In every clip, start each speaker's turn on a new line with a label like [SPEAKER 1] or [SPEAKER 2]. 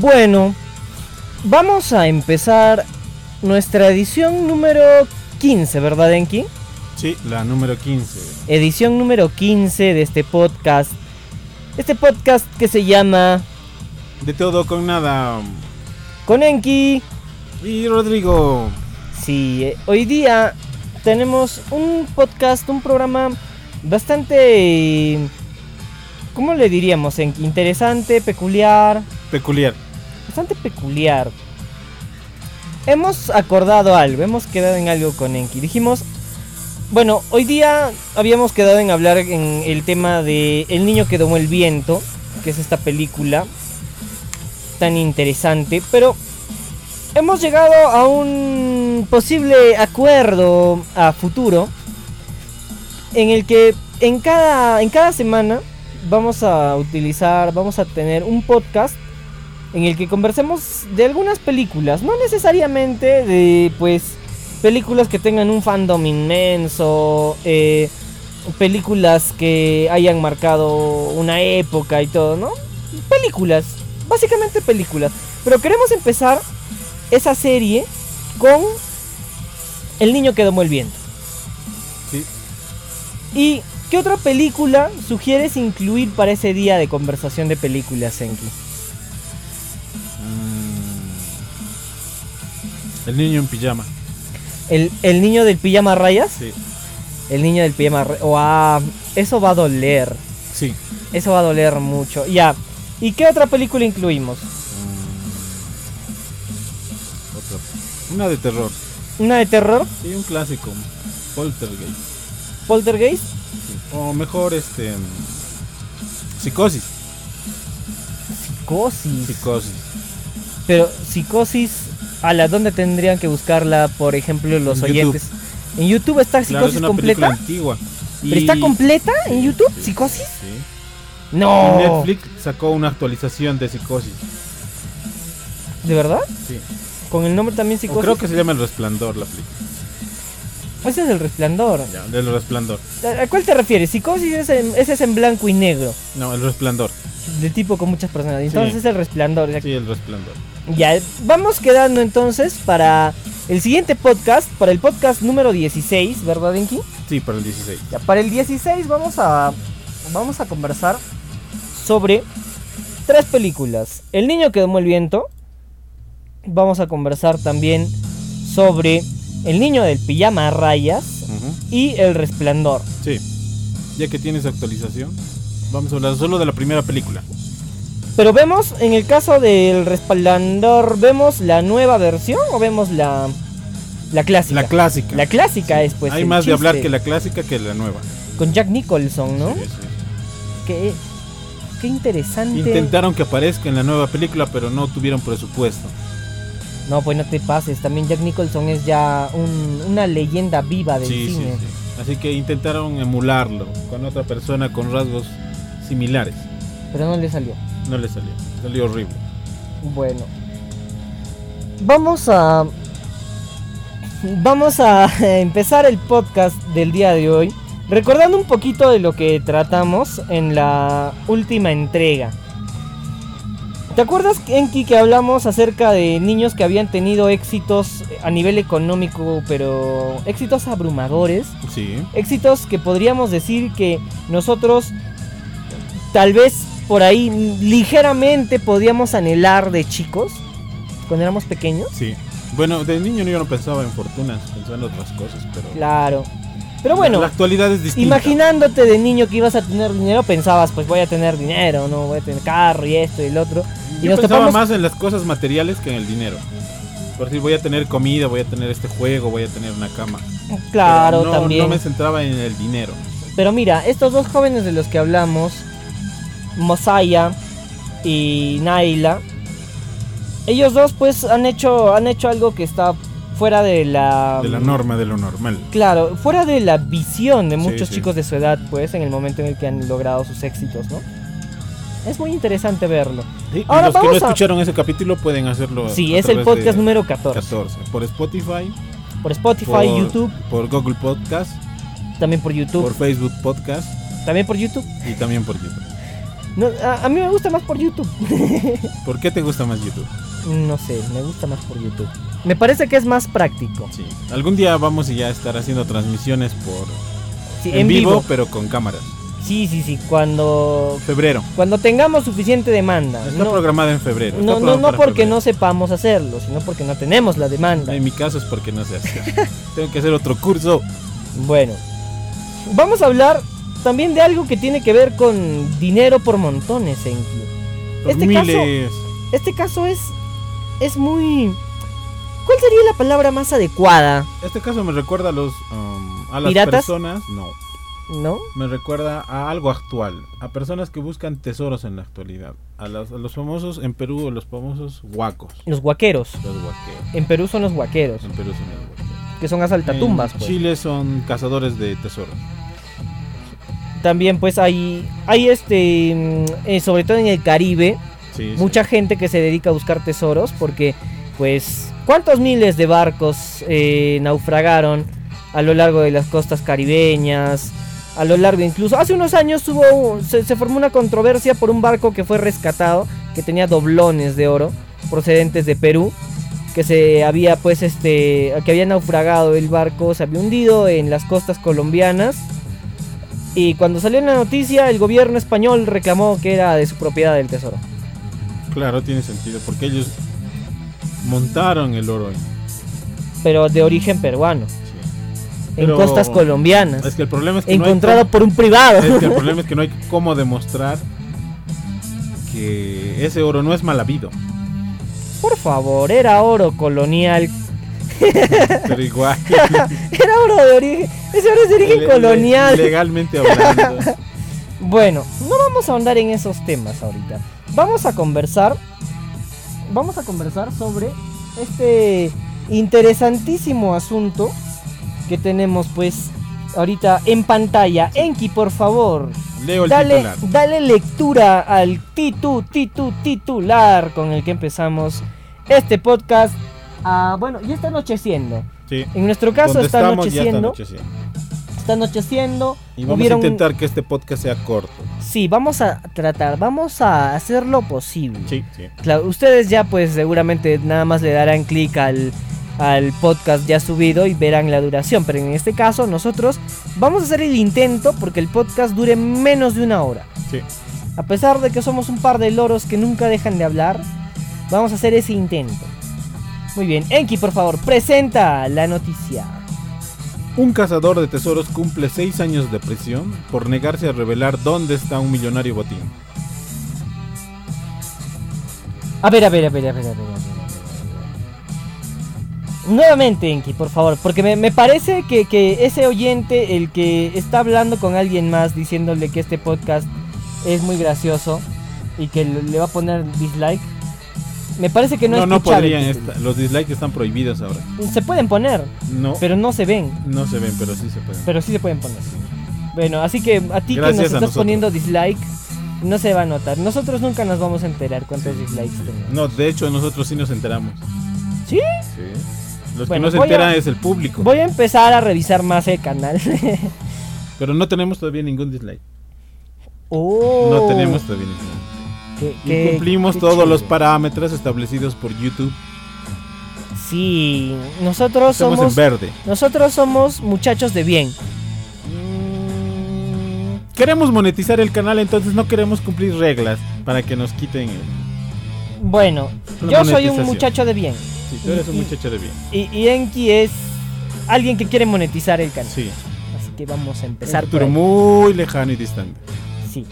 [SPEAKER 1] Bueno, vamos a empezar nuestra edición número 15, ¿verdad, Enki?
[SPEAKER 2] Sí, la número 15.
[SPEAKER 1] Edición número 15 de este podcast. Este podcast que se llama
[SPEAKER 2] De todo con nada.
[SPEAKER 1] Con Enki.
[SPEAKER 2] Y Rodrigo.
[SPEAKER 1] Sí, eh, hoy día tenemos un podcast, un programa bastante... ¿Cómo le diríamos, Enki? Interesante, peculiar.
[SPEAKER 2] Peculiar.
[SPEAKER 1] bastante peculiar. Hemos acordado algo, hemos quedado en algo con Enki. Dijimos, bueno, hoy día habíamos quedado en hablar en el tema de El niño que domó el viento, que es esta película tan interesante, pero hemos llegado a un posible acuerdo a futuro en el que en cada, en cada semana vamos a utilizar, vamos a tener un podcast en el que conversemos de algunas películas, no necesariamente de pues películas que tengan un fandom inmenso, eh, películas que hayan marcado una época y todo, ¿no? Películas, básicamente películas. Pero queremos empezar esa serie con El niño que domó el viento.
[SPEAKER 2] Sí.
[SPEAKER 1] ¿Y qué otra película sugieres incluir para ese día de conversación de películas, Senki?
[SPEAKER 2] Mm. El niño en pijama.
[SPEAKER 1] ¿El, el niño del pijama a rayas?
[SPEAKER 2] Sí.
[SPEAKER 1] El niño del pijama a rayas. ¡Wow! Eso va a doler.
[SPEAKER 2] Sí.
[SPEAKER 1] Eso va a doler mucho. Ya. ¿Y qué otra película incluimos?
[SPEAKER 2] Mm. Otra. Una de terror.
[SPEAKER 1] ¿Una de terror?
[SPEAKER 2] Sí, un clásico. Poltergeist.
[SPEAKER 1] ¿Poltergeist?
[SPEAKER 2] Sí. O mejor, este. mm, Psicosis.
[SPEAKER 1] Psicosis.
[SPEAKER 2] Psicosis.
[SPEAKER 1] Pero psicosis, ¿a la dónde tendrían que buscarla, por ejemplo, los
[SPEAKER 2] En
[SPEAKER 1] oyentes? ¿En YouTube está
[SPEAKER 2] Claro,
[SPEAKER 1] psicosis
[SPEAKER 2] es una película
[SPEAKER 1] completa?
[SPEAKER 2] antigua.
[SPEAKER 1] ¿Pero está completa en YouTube?
[SPEAKER 2] Sí,
[SPEAKER 1] ¿Psicosis?
[SPEAKER 2] Sí.
[SPEAKER 1] No.
[SPEAKER 2] Netflix sacó una actualización de Psicosis.
[SPEAKER 1] ¿De verdad?
[SPEAKER 2] Sí.
[SPEAKER 1] ¿Con el nombre también
[SPEAKER 2] O
[SPEAKER 1] psicosis?
[SPEAKER 2] creo que se llama El Resplandor la película.
[SPEAKER 1] Ese es el resplandor.
[SPEAKER 2] Ya, del Resplandor.
[SPEAKER 1] ¿A a cuál te refieres? Psicosis es en- ese es en blanco y negro.
[SPEAKER 2] No, El Resplandor.
[SPEAKER 1] De tipo con muchas personas. Entonces
[SPEAKER 2] Sí.
[SPEAKER 1] es el resplandor. ya-
[SPEAKER 2] Sí, El Resplandor.
[SPEAKER 1] Ya, vamos quedando entonces para el siguiente podcast, para el podcast número 16, ¿verdad, Enki?
[SPEAKER 2] Sí, para el 16.
[SPEAKER 1] Ya, para el 16 vamos a, vamos a conversar sobre tres películas. El niño que domó el viento. Vamos a conversar también sobre El niño del pijama a rayas y El resplandor.
[SPEAKER 2] Sí. Ya que tienes actualización, vamos a hablar solo de la primera película.
[SPEAKER 1] Pero vemos, en el caso del resplandor, ¿vemos la nueva versión o vemos la, la clásica?
[SPEAKER 2] La clásica.
[SPEAKER 1] La clásica es pues.
[SPEAKER 2] Hay
[SPEAKER 1] el
[SPEAKER 2] más de hablar
[SPEAKER 1] chiste.
[SPEAKER 2] que la clásica que la nueva.
[SPEAKER 1] Con Jack Nicholson, ¿no?
[SPEAKER 2] Sí, sí.
[SPEAKER 1] Qué, qué interesante.
[SPEAKER 2] Intentaron que aparezca en la nueva película, pero no tuvieron presupuesto.
[SPEAKER 1] No, pues no te pases. También Jack Nicholson es ya un- una leyenda viva del
[SPEAKER 2] Sí, sí,
[SPEAKER 1] cine.
[SPEAKER 2] sí. Así que intentaron emularlo con otra persona con rasgos similares.
[SPEAKER 1] Pero no le salió.
[SPEAKER 2] No le salió. Salió horrible.
[SPEAKER 1] Bueno. Vamos a. Vamos a empezar el podcast del día de hoy. Recordando un poquito de lo que tratamos en la última entrega. ¿Te acuerdas, Enki, que hablamos acerca de niños que habían tenido éxitos a nivel económico, pero éxitos abrumadores?
[SPEAKER 2] Sí.
[SPEAKER 1] éxitos que podríamos decir que nosotros tal vez por ahí ligeramente podíamos anhelar de chicos cuando éramos pequeños.
[SPEAKER 2] Sí. Bueno, de niño yo no pensaba en fortunas, pensaba en otras cosas, pero.
[SPEAKER 1] Claro. Pero bueno,
[SPEAKER 2] La actualidad es distinta.
[SPEAKER 1] imaginándote de niño que ibas a tener dinero, pensabas, pues voy a tener dinero, no voy a tener carro y esto y el otro. Y
[SPEAKER 2] Yo
[SPEAKER 1] nos
[SPEAKER 2] pensaba
[SPEAKER 1] topamos-
[SPEAKER 2] más en las cosas materiales que en el dinero. Por si voy a tener comida, voy a tener este juego, voy a tener una cama.
[SPEAKER 1] Claro,
[SPEAKER 2] Pero no,
[SPEAKER 1] también.
[SPEAKER 2] No me centraba en el dinero.
[SPEAKER 1] Pero mira, estos dos jóvenes de los que hablamos, Mosaya y Naila, ellos dos pues han hecho, han hecho algo que está fuera de la...
[SPEAKER 2] De la norma, de lo normal.
[SPEAKER 1] Claro, fuera de la visión de
[SPEAKER 2] Sí,
[SPEAKER 1] muchos
[SPEAKER 2] sí.
[SPEAKER 1] chicos de su edad, pues, en el momento en el que han logrado sus éxitos, ¿no? Es muy interesante verlo.
[SPEAKER 2] Sí, y
[SPEAKER 1] Ahora
[SPEAKER 2] los que no
[SPEAKER 1] vamos a-
[SPEAKER 2] escucharon ese capítulo pueden hacerlo.
[SPEAKER 1] Sí,
[SPEAKER 2] a
[SPEAKER 1] es el
[SPEAKER 2] través
[SPEAKER 1] podcast
[SPEAKER 2] de
[SPEAKER 1] número 14.
[SPEAKER 2] 14. Por Spotify,
[SPEAKER 1] Por Spotify,
[SPEAKER 2] por
[SPEAKER 1] YouTube,
[SPEAKER 2] por Google Podcast,
[SPEAKER 1] también por YouTube,
[SPEAKER 2] por Facebook Podcast
[SPEAKER 1] también por YouTube.
[SPEAKER 2] y también por YouTube.
[SPEAKER 1] No, a, a mí me gusta más por YouTube.
[SPEAKER 2] ¿Por qué te gusta más YouTube?
[SPEAKER 1] no sé, me gusta más por YouTube. Me parece que es más práctico.
[SPEAKER 2] Sí. Algún día vamos a ya estar haciendo transmisiones por
[SPEAKER 1] Sí,
[SPEAKER 2] en, vivo, pero con cámaras.
[SPEAKER 1] Sí, sí, sí. Cuando,
[SPEAKER 2] Febrero.
[SPEAKER 1] cuando tengamos suficiente demanda.
[SPEAKER 2] Está
[SPEAKER 1] Ah, No,
[SPEAKER 2] programada en febrero. está
[SPEAKER 1] no, no,
[SPEAKER 2] programada
[SPEAKER 1] no
[SPEAKER 2] para
[SPEAKER 1] porque
[SPEAKER 2] febrero.
[SPEAKER 1] no sepamos hacerlo, sino porque no tenemos la demanda.
[SPEAKER 2] En mi caso es porque no se hace. Tengo que hacer otro curso.
[SPEAKER 1] Bueno, vamos a hablar también de algo que tiene que ver con dinero por montones, Enki.
[SPEAKER 2] Por
[SPEAKER 1] Este caso-
[SPEAKER 2] miles.
[SPEAKER 1] Este caso es, es muy... ¿Cuál sería la palabra más adecuada?
[SPEAKER 2] Este caso me recuerda a los um, a las
[SPEAKER 1] ¿Piratas?
[SPEAKER 2] personas. No.
[SPEAKER 1] ¿No?
[SPEAKER 2] Me recuerda a algo actual. A personas que buscan tesoros en la actualidad. A, las- a los famosos en Perú, a los famosos huacos.
[SPEAKER 1] Los guaqueros.
[SPEAKER 2] Los huaqueos.
[SPEAKER 1] En Perú son los guaqueros,
[SPEAKER 2] En Perú son los huaqueos.
[SPEAKER 1] que son asaltatumbas.
[SPEAKER 2] En
[SPEAKER 1] Pues.
[SPEAKER 2] Mm, Chile son cazadores de tesoros.
[SPEAKER 1] También pues hay, hay este, mm, eh, sobre todo en el Caribe,
[SPEAKER 2] Sí, sí.
[SPEAKER 1] mucha gente que se dedica a buscar tesoros porque, pues, ¿cuántos miles de barcos eh, naufragaron a lo largo de las costas caribeñas? A lo largo, incluso hace unos años hubo, se, se formó una controversia por un barco que fue rescatado, que tenía doblones de oro procedentes de Perú, que se había, pues, este, que había naufragado el barco, se había hundido en las costas colombianas. Y cuando salió en la noticia, el gobierno español reclamó que era de su propiedad del tesoro.
[SPEAKER 2] Claro, tiene sentido. Porque ellos montaron el oro. en-
[SPEAKER 1] pero de origen peruano,
[SPEAKER 2] sí.
[SPEAKER 1] en
[SPEAKER 2] Pero-
[SPEAKER 1] costas colombianas,
[SPEAKER 2] Es que el problema es que no hay
[SPEAKER 1] encontrado por un privado.
[SPEAKER 2] Es que el problema es que no hay cómo demostrar que ese oro no es mal habido.
[SPEAKER 1] Por favor, era oro colonial,
[SPEAKER 2] Pero igual.
[SPEAKER 1] era oro de origen, ese oro es de origen
[SPEAKER 2] le- le-
[SPEAKER 1] colonial.
[SPEAKER 2] Legalmente hablando.
[SPEAKER 1] Bueno, no vamos a ahondar en esos temas ahorita. Vamos a conversar, vamos a conversar sobre este interesantísimo asunto que tenemos pues ahorita en pantalla. Enki, por favor,
[SPEAKER 2] Leo el
[SPEAKER 1] dale,
[SPEAKER 2] titular.
[SPEAKER 1] dale lectura al titu, titu, titular con el que empezamos este podcast. Ah, bueno, ya está anocheciendo.
[SPEAKER 2] Sí.
[SPEAKER 1] En nuestro caso
[SPEAKER 2] Donde
[SPEAKER 1] está
[SPEAKER 2] estamos ya está
[SPEAKER 1] anocheciendo.
[SPEAKER 2] anocheciendo.
[SPEAKER 1] Está anocheciendo.
[SPEAKER 2] Y vamos
[SPEAKER 1] Hubieron-
[SPEAKER 2] a intentar que este podcast sea corto.
[SPEAKER 1] Sí, vamos a tratar, vamos a hacer lo posible.
[SPEAKER 2] Sí, sí.
[SPEAKER 1] Claro, ustedes ya pues seguramente nada más le darán clic al, al podcast ya subido y verán la duración. Pero en este caso nosotros vamos a hacer el intento porque el podcast dure menos de una hora.
[SPEAKER 2] Sí.
[SPEAKER 1] A pesar de que somos un par de loros que nunca dejan de hablar, vamos a hacer ese intento. Muy bien, Enki por favor, presenta la noticia.
[SPEAKER 2] Un cazador de tesoros cumple seis años de prisión por negarse a revelar dónde está un millonario botín.
[SPEAKER 1] A ver, a ver, a ver, a ver, a ver. a ver, a ver, a ver. Nuevamente, Enki, por favor, porque me, me parece que, que ese oyente, el que está hablando con alguien más diciéndole que este podcast es muy gracioso y que le le va a poner dislike, me parece que no,
[SPEAKER 2] No,
[SPEAKER 1] es
[SPEAKER 2] no
[SPEAKER 1] escuchable.
[SPEAKER 2] podrían. esta- los dislikes están prohibidos ahora.
[SPEAKER 1] Se pueden poner,
[SPEAKER 2] No,
[SPEAKER 1] pero no se ven.
[SPEAKER 2] no se ven, pero sí se pueden.
[SPEAKER 1] Pero sí se pueden poner. Bueno, así que a ti que
[SPEAKER 2] Gracias
[SPEAKER 1] nos
[SPEAKER 2] a
[SPEAKER 1] estás
[SPEAKER 2] nosotros.
[SPEAKER 1] poniendo dislike, no se va a notar. Nosotros nunca nos vamos a enterar cuántos dislikes tenemos.
[SPEAKER 2] No, de hecho nosotros sí nos enteramos.
[SPEAKER 1] ¿Sí?
[SPEAKER 2] Los
[SPEAKER 1] Bueno,
[SPEAKER 2] que no se
[SPEAKER 1] voy a-
[SPEAKER 2] enteran es el público.
[SPEAKER 1] Voy a empezar a revisar más el canal.
[SPEAKER 2] Pero no tenemos todavía ningún dislike.
[SPEAKER 1] oh,
[SPEAKER 2] No tenemos todavía ningún
[SPEAKER 1] que-
[SPEAKER 2] dislike. Y
[SPEAKER 1] que-
[SPEAKER 2] cumplimos
[SPEAKER 1] qué
[SPEAKER 2] todos
[SPEAKER 1] chido.
[SPEAKER 2] los parámetros establecidos por YouTube.
[SPEAKER 1] Sí, nosotros
[SPEAKER 2] Estamos en
[SPEAKER 1] somos,
[SPEAKER 2] verde.
[SPEAKER 1] nosotros somos muchachos de bien. Mm.
[SPEAKER 2] Queremos monetizar el canal, entonces no queremos cumplir reglas para que nos quiten el...
[SPEAKER 1] Bueno,
[SPEAKER 2] La
[SPEAKER 1] yo soy un
[SPEAKER 2] monetización.
[SPEAKER 1] muchacho de bien
[SPEAKER 2] Sí, tú eres un
[SPEAKER 1] Y-
[SPEAKER 2] muchacho de bien.
[SPEAKER 1] y, y Enki es alguien que quiere monetizar el canal.
[SPEAKER 2] Sí.
[SPEAKER 1] Así que vamos a
[SPEAKER 2] Un
[SPEAKER 1] empezar. por
[SPEAKER 2] futuro
[SPEAKER 1] ahí.
[SPEAKER 2] muy lejano y distante.
[SPEAKER 1] Sí.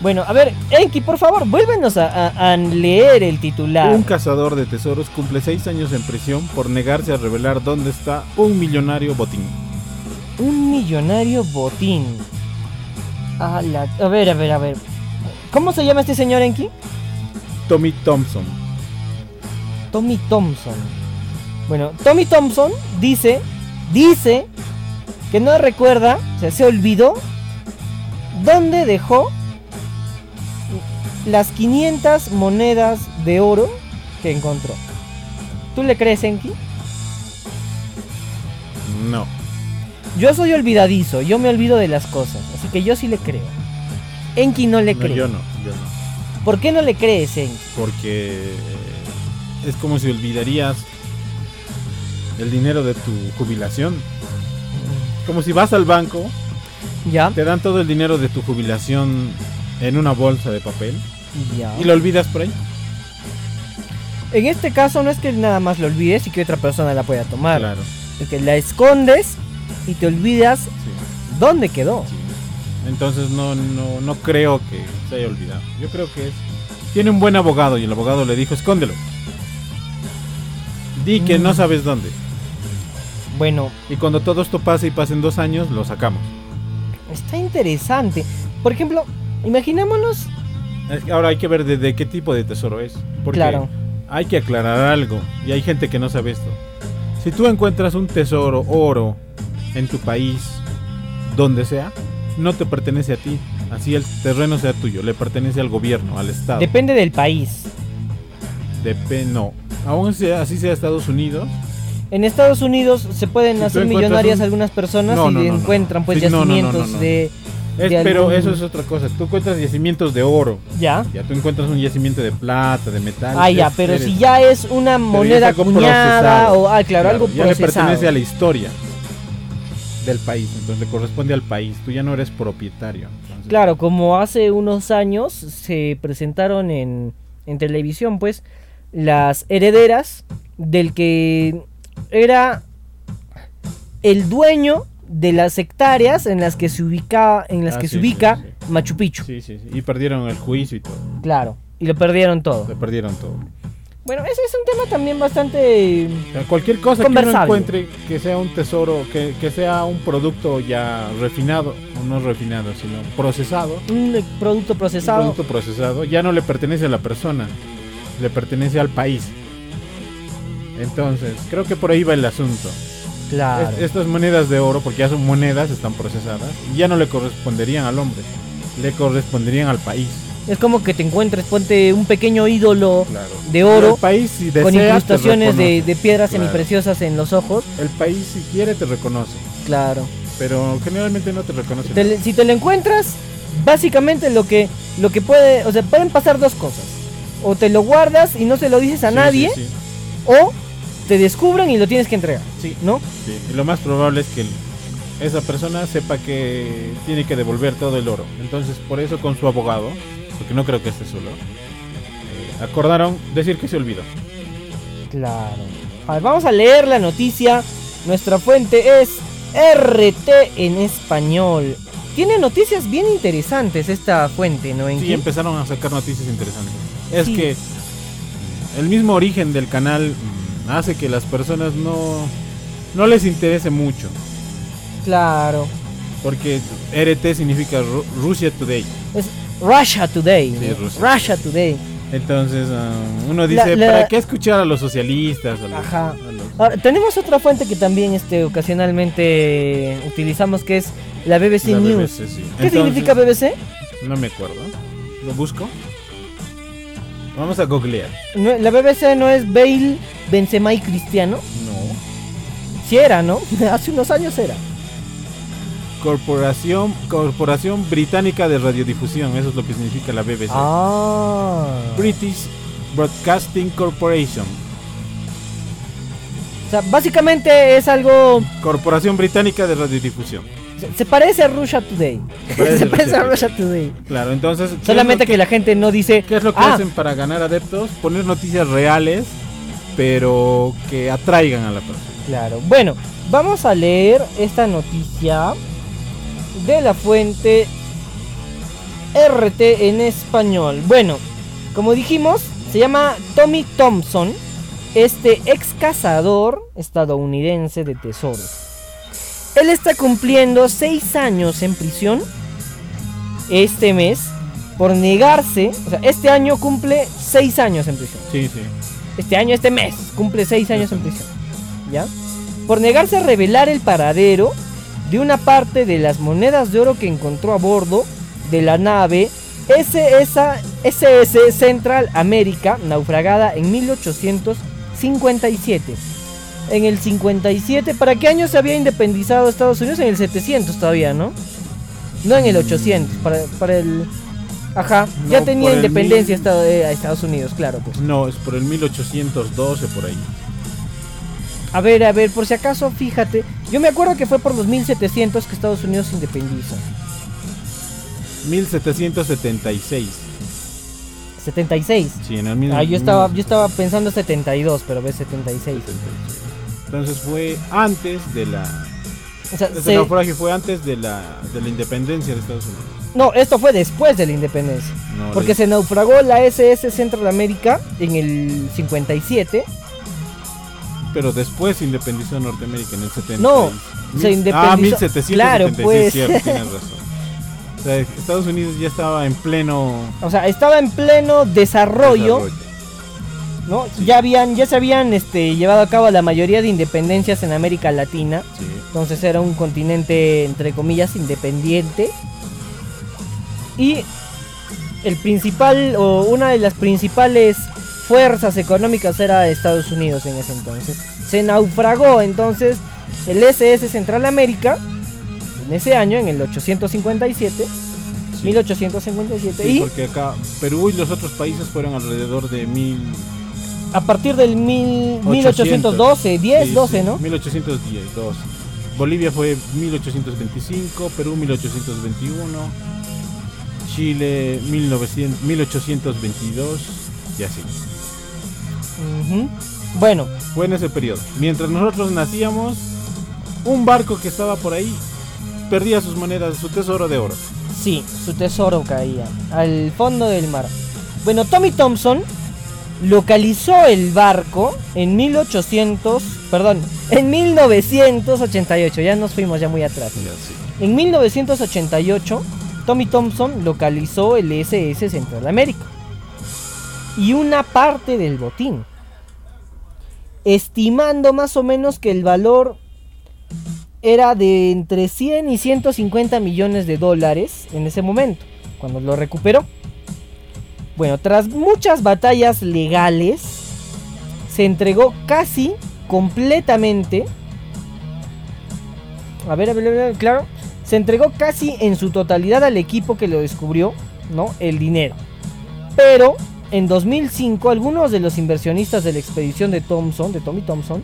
[SPEAKER 1] Bueno, a ver, Enki, por favor, vuélvenos a, a- a leer el titular.
[SPEAKER 2] Un cazador de tesoros cumple seis años en prisión por negarse a revelar dónde está un millonario botín.
[SPEAKER 1] Un millonario botín. A, la- a ver, a ver, a ver. ¿Cómo se llama este señor Enki?
[SPEAKER 2] Tommy Thompson.
[SPEAKER 1] Tommy Thompson. Bueno, Tommy Thompson dice, dice que no recuerda, o sea, se olvidó dónde dejó las 500 monedas de oro que encontró. ¿Tú le crees, Enki?
[SPEAKER 2] No.
[SPEAKER 1] Yo soy olvidadizo, yo me olvido de las cosas, así que yo sí le creo. Enki no le
[SPEAKER 2] No,
[SPEAKER 1] creo.
[SPEAKER 2] yo no. yo no.
[SPEAKER 1] ¿Por qué no le crees, Enki?
[SPEAKER 2] Porque eh, es como si olvidarías el dinero de tu jubilación. Como si vas al banco,
[SPEAKER 1] Ya,
[SPEAKER 2] te dan todo el dinero de tu jubilación en una bolsa de papel
[SPEAKER 1] ya.
[SPEAKER 2] y lo olvidas por ahí.
[SPEAKER 1] En este caso no es que nada más lo olvides y que otra persona la pueda tomar.
[SPEAKER 2] Claro.
[SPEAKER 1] Es que la escondes y te olvidas
[SPEAKER 2] sí,
[SPEAKER 1] dónde quedó.
[SPEAKER 2] sí. Entonces no, no, no creo que se haya olvidado. Yo creo que es. Tiene un buen abogado y el abogado le dijo, escóndelo. Di que no
[SPEAKER 1] Mm.
[SPEAKER 2] sabes dónde.
[SPEAKER 1] Bueno,
[SPEAKER 2] Y cuando todo esto pase y pasen dos años, lo sacamos.
[SPEAKER 1] está interesante. Por ejemplo, imaginémonos...
[SPEAKER 2] Es que Eh, Ahora hay que ver de, de qué tipo de tesoro es. Porque
[SPEAKER 1] Claro.
[SPEAKER 2] hay que aclarar algo. Y hay gente que no sabe esto. Si tú encuentras un tesoro, oro, en tu país, donde sea, no te pertenece a ti. Así el terreno sea tuyo, le pertenece al gobierno, al Estado.
[SPEAKER 1] Depende del país.
[SPEAKER 2] Depe- no. Aún sea, así sea Estados Unidos.
[SPEAKER 1] En Estados Unidos se pueden
[SPEAKER 2] Si tú
[SPEAKER 1] hacer
[SPEAKER 2] encuentras
[SPEAKER 1] millonarias
[SPEAKER 2] un-
[SPEAKER 1] algunas personas
[SPEAKER 2] No,
[SPEAKER 1] y
[SPEAKER 2] no, no, no.
[SPEAKER 1] encuentran pues
[SPEAKER 2] Sí, no, no, no,
[SPEAKER 1] yacimientos
[SPEAKER 2] no, no.
[SPEAKER 1] de...
[SPEAKER 2] Es-
[SPEAKER 1] De
[SPEAKER 2] pero
[SPEAKER 1] algún-
[SPEAKER 2] eso es otra cosa. Tú encuentras yacimientos de oro.
[SPEAKER 1] Ya.
[SPEAKER 2] Ya tú encuentras un yacimiento de plata, de metal.
[SPEAKER 1] Ah, ya,
[SPEAKER 2] es-
[SPEAKER 1] pero
[SPEAKER 2] eres-
[SPEAKER 1] si ya es una moneda
[SPEAKER 2] algo
[SPEAKER 1] acuñada
[SPEAKER 2] procesado.
[SPEAKER 1] o... Ah, claro, algo
[SPEAKER 2] ya le
[SPEAKER 1] procesado.
[SPEAKER 2] pertenece a la historia del país, entonces le corresponde al país. Tú ya no eres propietario. entonces-
[SPEAKER 1] Claro, como hace unos años se presentaron en, en televisión, pues, las herederas del que era el dueño de las hectáreas en las que se ubicaba, en las
[SPEAKER 2] Ah,
[SPEAKER 1] que
[SPEAKER 2] sí,
[SPEAKER 1] se ubica
[SPEAKER 2] sí,
[SPEAKER 1] Machu Picchu.
[SPEAKER 2] Sí, sí, sí. Y perdieron el juicio y todo.
[SPEAKER 1] Claro, y lo perdieron todo.
[SPEAKER 2] Le perdieron todo.
[SPEAKER 1] Bueno, ese es un tema también bastante
[SPEAKER 2] O sea, cualquier cosa que uno
[SPEAKER 1] Conversable.
[SPEAKER 2] encuentre que sea un tesoro, que, que sea un producto ya refinado, o no refinado, sino procesado,
[SPEAKER 1] un producto procesado.
[SPEAKER 2] un producto procesado, ya no le pertenece a la persona, le pertenece al país. Entonces, creo que por ahí va el asunto.
[SPEAKER 1] Claro.
[SPEAKER 2] Es- estas monedas de oro, porque ya son monedas, están procesadas, y ya no le corresponderían al hombre, le corresponderían al país.
[SPEAKER 1] Es como que te encuentres, ponte un pequeño ídolo
[SPEAKER 2] Claro.
[SPEAKER 1] de oro
[SPEAKER 2] El país, si
[SPEAKER 1] con
[SPEAKER 2] desea, te
[SPEAKER 1] incrustaciones de,
[SPEAKER 2] reconoce.
[SPEAKER 1] de piedras
[SPEAKER 2] Claro.
[SPEAKER 1] semipreciosas en los ojos.
[SPEAKER 2] El país, si quiere, te reconoce,
[SPEAKER 1] Claro.
[SPEAKER 2] pero generalmente no te reconoce.
[SPEAKER 1] Te le- si te lo encuentras, básicamente lo que, lo que puede, o sea, pueden pasar dos cosas. O te lo guardas y no se lo dices a
[SPEAKER 2] Sí,
[SPEAKER 1] nadie,
[SPEAKER 2] Sí, sí,
[SPEAKER 1] o te descubren y lo tienes que entregar,
[SPEAKER 2] sí,
[SPEAKER 1] ¿no?
[SPEAKER 2] sí. Y lo más probable es que el- esa persona sepa que tiene que devolver todo el oro. Entonces, por eso, con su abogado, porque no creo que esté solo, eh, acordaron decir que se olvidó.
[SPEAKER 1] Claro. A ver, vamos a leer la noticia. Nuestra fuente es RT en español. Tiene noticias bien interesantes esta fuente, ¿no?
[SPEAKER 2] Sí,
[SPEAKER 1] Enki?
[SPEAKER 2] empezaron a sacar noticias interesantes. Es
[SPEAKER 1] Sí.
[SPEAKER 2] que mm, el mismo origen del canal mm, hace que las personas no, no les interese mucho.
[SPEAKER 1] Claro.
[SPEAKER 2] Porque RT significa Ru- Rusia Today.
[SPEAKER 1] Es Russia Today.
[SPEAKER 2] Sí,
[SPEAKER 1] ¿no?
[SPEAKER 2] Rusia
[SPEAKER 1] Russia Today.
[SPEAKER 2] Entonces ah, uno dice,
[SPEAKER 1] la-
[SPEAKER 2] ¿para qué escuchar a los socialistas? A los-
[SPEAKER 1] Ajá.
[SPEAKER 2] a los-
[SPEAKER 1] Ahora, tenemos otra fuente que también este, ocasionalmente utilizamos que es la BBC
[SPEAKER 2] la
[SPEAKER 1] News.
[SPEAKER 2] BBC, sí.
[SPEAKER 1] ¿Qué
[SPEAKER 2] Entonces,
[SPEAKER 1] significa BBC?
[SPEAKER 2] No me acuerdo. ¿Lo busco? Vamos a googlear.
[SPEAKER 1] No, la BBC no es Bale, Benzema y Cristiano.
[SPEAKER 2] No.
[SPEAKER 1] Si era, ¿no? Hace unos años era.
[SPEAKER 2] Corporación, Corporación Británica de Radiodifusión. Eso es lo que significa la BBC.
[SPEAKER 1] Ah.
[SPEAKER 2] British Broadcasting Corporation,
[SPEAKER 1] O sea, básicamente es algo.
[SPEAKER 2] Corporación Británica de Radiodifusión.
[SPEAKER 1] Se, se parece a Russia Today.
[SPEAKER 2] Se parece
[SPEAKER 1] se parece a
[SPEAKER 2] Russia
[SPEAKER 1] Russia Today.
[SPEAKER 2] Claro, entonces. ¿qué es
[SPEAKER 1] Solamente
[SPEAKER 2] lo
[SPEAKER 1] que, la gente no dice.
[SPEAKER 2] ¿Qué es lo que
[SPEAKER 1] "Ah,
[SPEAKER 2] hacen para ganar adeptos? Poner noticias reales, pero que atraigan a la persona.
[SPEAKER 1] Claro. Bueno, vamos a leer esta noticia de la fuente RT en español. Bueno, como dijimos, se llama Tommy Thompson, este ex cazador estadounidense de tesoros. Él está cumpliendo seis años en prisión este mes por negarse, o sea, este año cumple seis años en prisión
[SPEAKER 2] Sí, sí.
[SPEAKER 1] este año, este mes, cumple seis años en prisión. ¿Ya? Por negarse a revelar el paradero de una parte de las monedas de oro que encontró a bordo de la nave SS, SS Central America, naufragada en 1857. En el 57, ¿para qué año se había independizado Estados Unidos? En el 700 todavía, ¿no? No en el 800, para, para el... Ajá, ya
[SPEAKER 2] No,
[SPEAKER 1] tenía
[SPEAKER 2] por el
[SPEAKER 1] independencia
[SPEAKER 2] mil-
[SPEAKER 1] Estado- eh, a Estados Unidos, claro. Pues.
[SPEAKER 2] No, es por el 1812 por ahí.
[SPEAKER 1] A ver, a ver, por si acaso, fíjate. Yo me acuerdo que fue por los 1700 que Estados Unidos se independiza.
[SPEAKER 2] 1776.
[SPEAKER 1] 76.
[SPEAKER 2] Sí, en el mismo.
[SPEAKER 1] Ah, yo estaba, yo estaba pensando 72, pero ves 76.
[SPEAKER 2] Entonces fue antes de la.
[SPEAKER 1] O sea,
[SPEAKER 2] Ese
[SPEAKER 1] se-
[SPEAKER 2] naufragio fue antes de la, de la independencia de Estados Unidos.
[SPEAKER 1] no, esto fue después de la independencia.
[SPEAKER 2] No,
[SPEAKER 1] Porque
[SPEAKER 2] la-
[SPEAKER 1] se naufragó la SS Central América en el 57.
[SPEAKER 2] Pero después se independizó Norteamérica en el 70.
[SPEAKER 1] No,
[SPEAKER 2] Mil-
[SPEAKER 1] se independizó-
[SPEAKER 2] Ah, 1776.
[SPEAKER 1] Claro, pues.
[SPEAKER 2] cierto, tienes razón. O sea, Estados Unidos ya estaba en pleno
[SPEAKER 1] O sea, estaba en pleno desarrollo,
[SPEAKER 2] desarrollo.
[SPEAKER 1] ¿no? Ya habían, ya se habían este, llevado a cabo la mayoría de independencias en América Latina.
[SPEAKER 2] Sí.
[SPEAKER 1] Entonces era un continente, entre comillas, independiente. Y el principal, o una de las principales fuerzas económicas era Estados Unidos en ese entonces. Se naufragó entonces el SS Central América en ese año, en el 857.
[SPEAKER 2] sí.
[SPEAKER 1] 1857.
[SPEAKER 2] Sí,
[SPEAKER 1] y
[SPEAKER 2] porque acá Perú y los otros países fueron alrededor de mil...
[SPEAKER 1] a partir del mil- 1812, 10,
[SPEAKER 2] sí,
[SPEAKER 1] 12,
[SPEAKER 2] sí,
[SPEAKER 1] ¿no?
[SPEAKER 2] 1810, 12. Bolivia fue 1825, Perú 1821, Chile 1900, 1822 y así.
[SPEAKER 1] Ujú. Bueno,
[SPEAKER 2] Fue en ese periodo. Mientras nosotros nacíamos, un barco que estaba por ahí perdía sus monedas, su tesoro de oro.
[SPEAKER 1] Sí, su tesoro caía al fondo del mar. Bueno, Tommy Thompson localizó el barco en 1800, perdón, en 1988. Ya nos fuimos ya muy atrás. En 1988, Tommy Thompson localizó el SS Central América y una parte del botín, estimando más o menos que el valor era de entre 100 y 150 millones de dólares en ese momento, cuando lo recuperó. Bueno, tras muchas batallas legales, se entregó casi completamente. A ver, a ver, a ver, claro. Se entregó casi en su totalidad al equipo que lo descubrió, ¿no? El dinero. Pero en 2005 algunos de los inversionistas de la expedición de Thompson, de Tommy Thompson,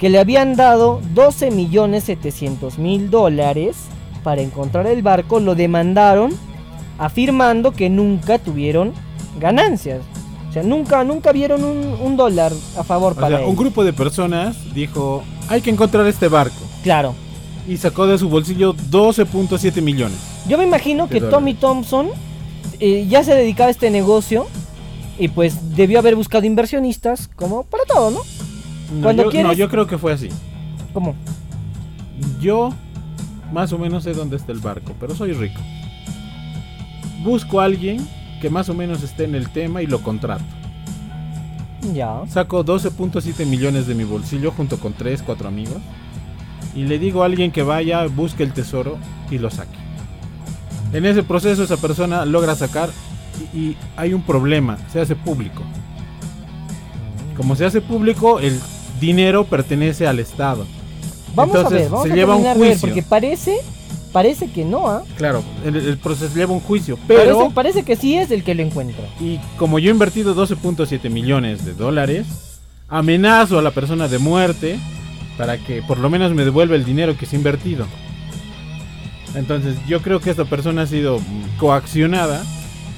[SPEAKER 1] que le habían dado 12 millones 700 mil dólares para encontrar el barco, lo demandaron afirmando que nunca tuvieron ganancias. O sea, nunca, nunca vieron un, un dólar a favor
[SPEAKER 2] O
[SPEAKER 1] para
[SPEAKER 2] sea,
[SPEAKER 1] él.
[SPEAKER 2] un grupo de personas dijo, hay que encontrar este barco.
[SPEAKER 1] Claro.
[SPEAKER 2] Y sacó de su bolsillo 12.7 millones.
[SPEAKER 1] Yo me imagino
[SPEAKER 2] De
[SPEAKER 1] que
[SPEAKER 2] dólares.
[SPEAKER 1] Tommy Thompson eh, ya se dedicaba a este negocio y pues debió haber buscado inversionistas como para todo, ¿no?
[SPEAKER 2] No,
[SPEAKER 1] Cuando
[SPEAKER 2] yo,
[SPEAKER 1] quieres-
[SPEAKER 2] no, yo creo que fue así.
[SPEAKER 1] Como
[SPEAKER 2] Yo más o menos sé dónde está el barco, pero soy rico. Busco a alguien que más o menos esté en el tema y lo contrato.
[SPEAKER 1] ya.
[SPEAKER 2] Saco 12.7 millones de mi bolsillo junto con 3, 4 amigos. Y le digo a alguien que vaya, busque el tesoro y lo saque. En ese proceso esa persona logra sacar y, y hay un problema, se hace público. Como se hace público, el dinero pertenece al Estado.
[SPEAKER 1] Vamos
[SPEAKER 2] Entonces,
[SPEAKER 1] a ver, vamos
[SPEAKER 2] se
[SPEAKER 1] a
[SPEAKER 2] lleva un
[SPEAKER 1] terminar de ver,
[SPEAKER 2] juicio.
[SPEAKER 1] porque parece, parece que no, ¿ah?
[SPEAKER 2] Claro, el, el proceso lleva un juicio, pero...
[SPEAKER 1] Parece, parece que sí es el que lo encuentra.
[SPEAKER 2] Y como yo he invertido 12.7 millones de dólares, amenazo a la persona de muerte para que por lo menos me devuelva el dinero que se ha invertido. Entonces yo creo que esta persona ha sido mm, coaccionada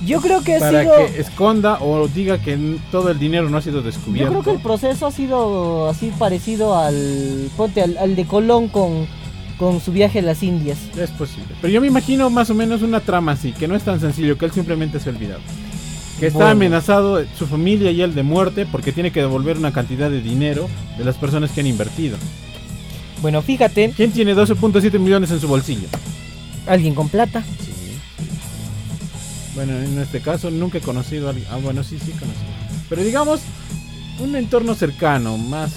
[SPEAKER 1] Yo creo que ha
[SPEAKER 2] para
[SPEAKER 1] sido,
[SPEAKER 2] que esconda o diga que n- todo el dinero no ha sido
[SPEAKER 1] yo
[SPEAKER 2] descubierto.
[SPEAKER 1] creo que el proceso ha sido así parecido al, ponte, al, al de Colón con, con su viaje a las Indias.
[SPEAKER 2] Es posible. Pero yo me imagino más o menos una trama así, que no es tan sencillo, que él simplemente se ha olvidado. Que está
[SPEAKER 1] Bueno.
[SPEAKER 2] amenazado eh, su familia y él de muerte porque tiene que devolver una cantidad de dinero de las personas que han invertido.
[SPEAKER 1] Bueno, fíjate,
[SPEAKER 2] ¿Quién tiene 12.7 millones en su bolsillo?
[SPEAKER 1] alguien con plata.
[SPEAKER 2] Bueno, en este caso nunca he conocido a alguien. Ah, bueno, sí, sí conocí. Pero digamos, un entorno cercano, más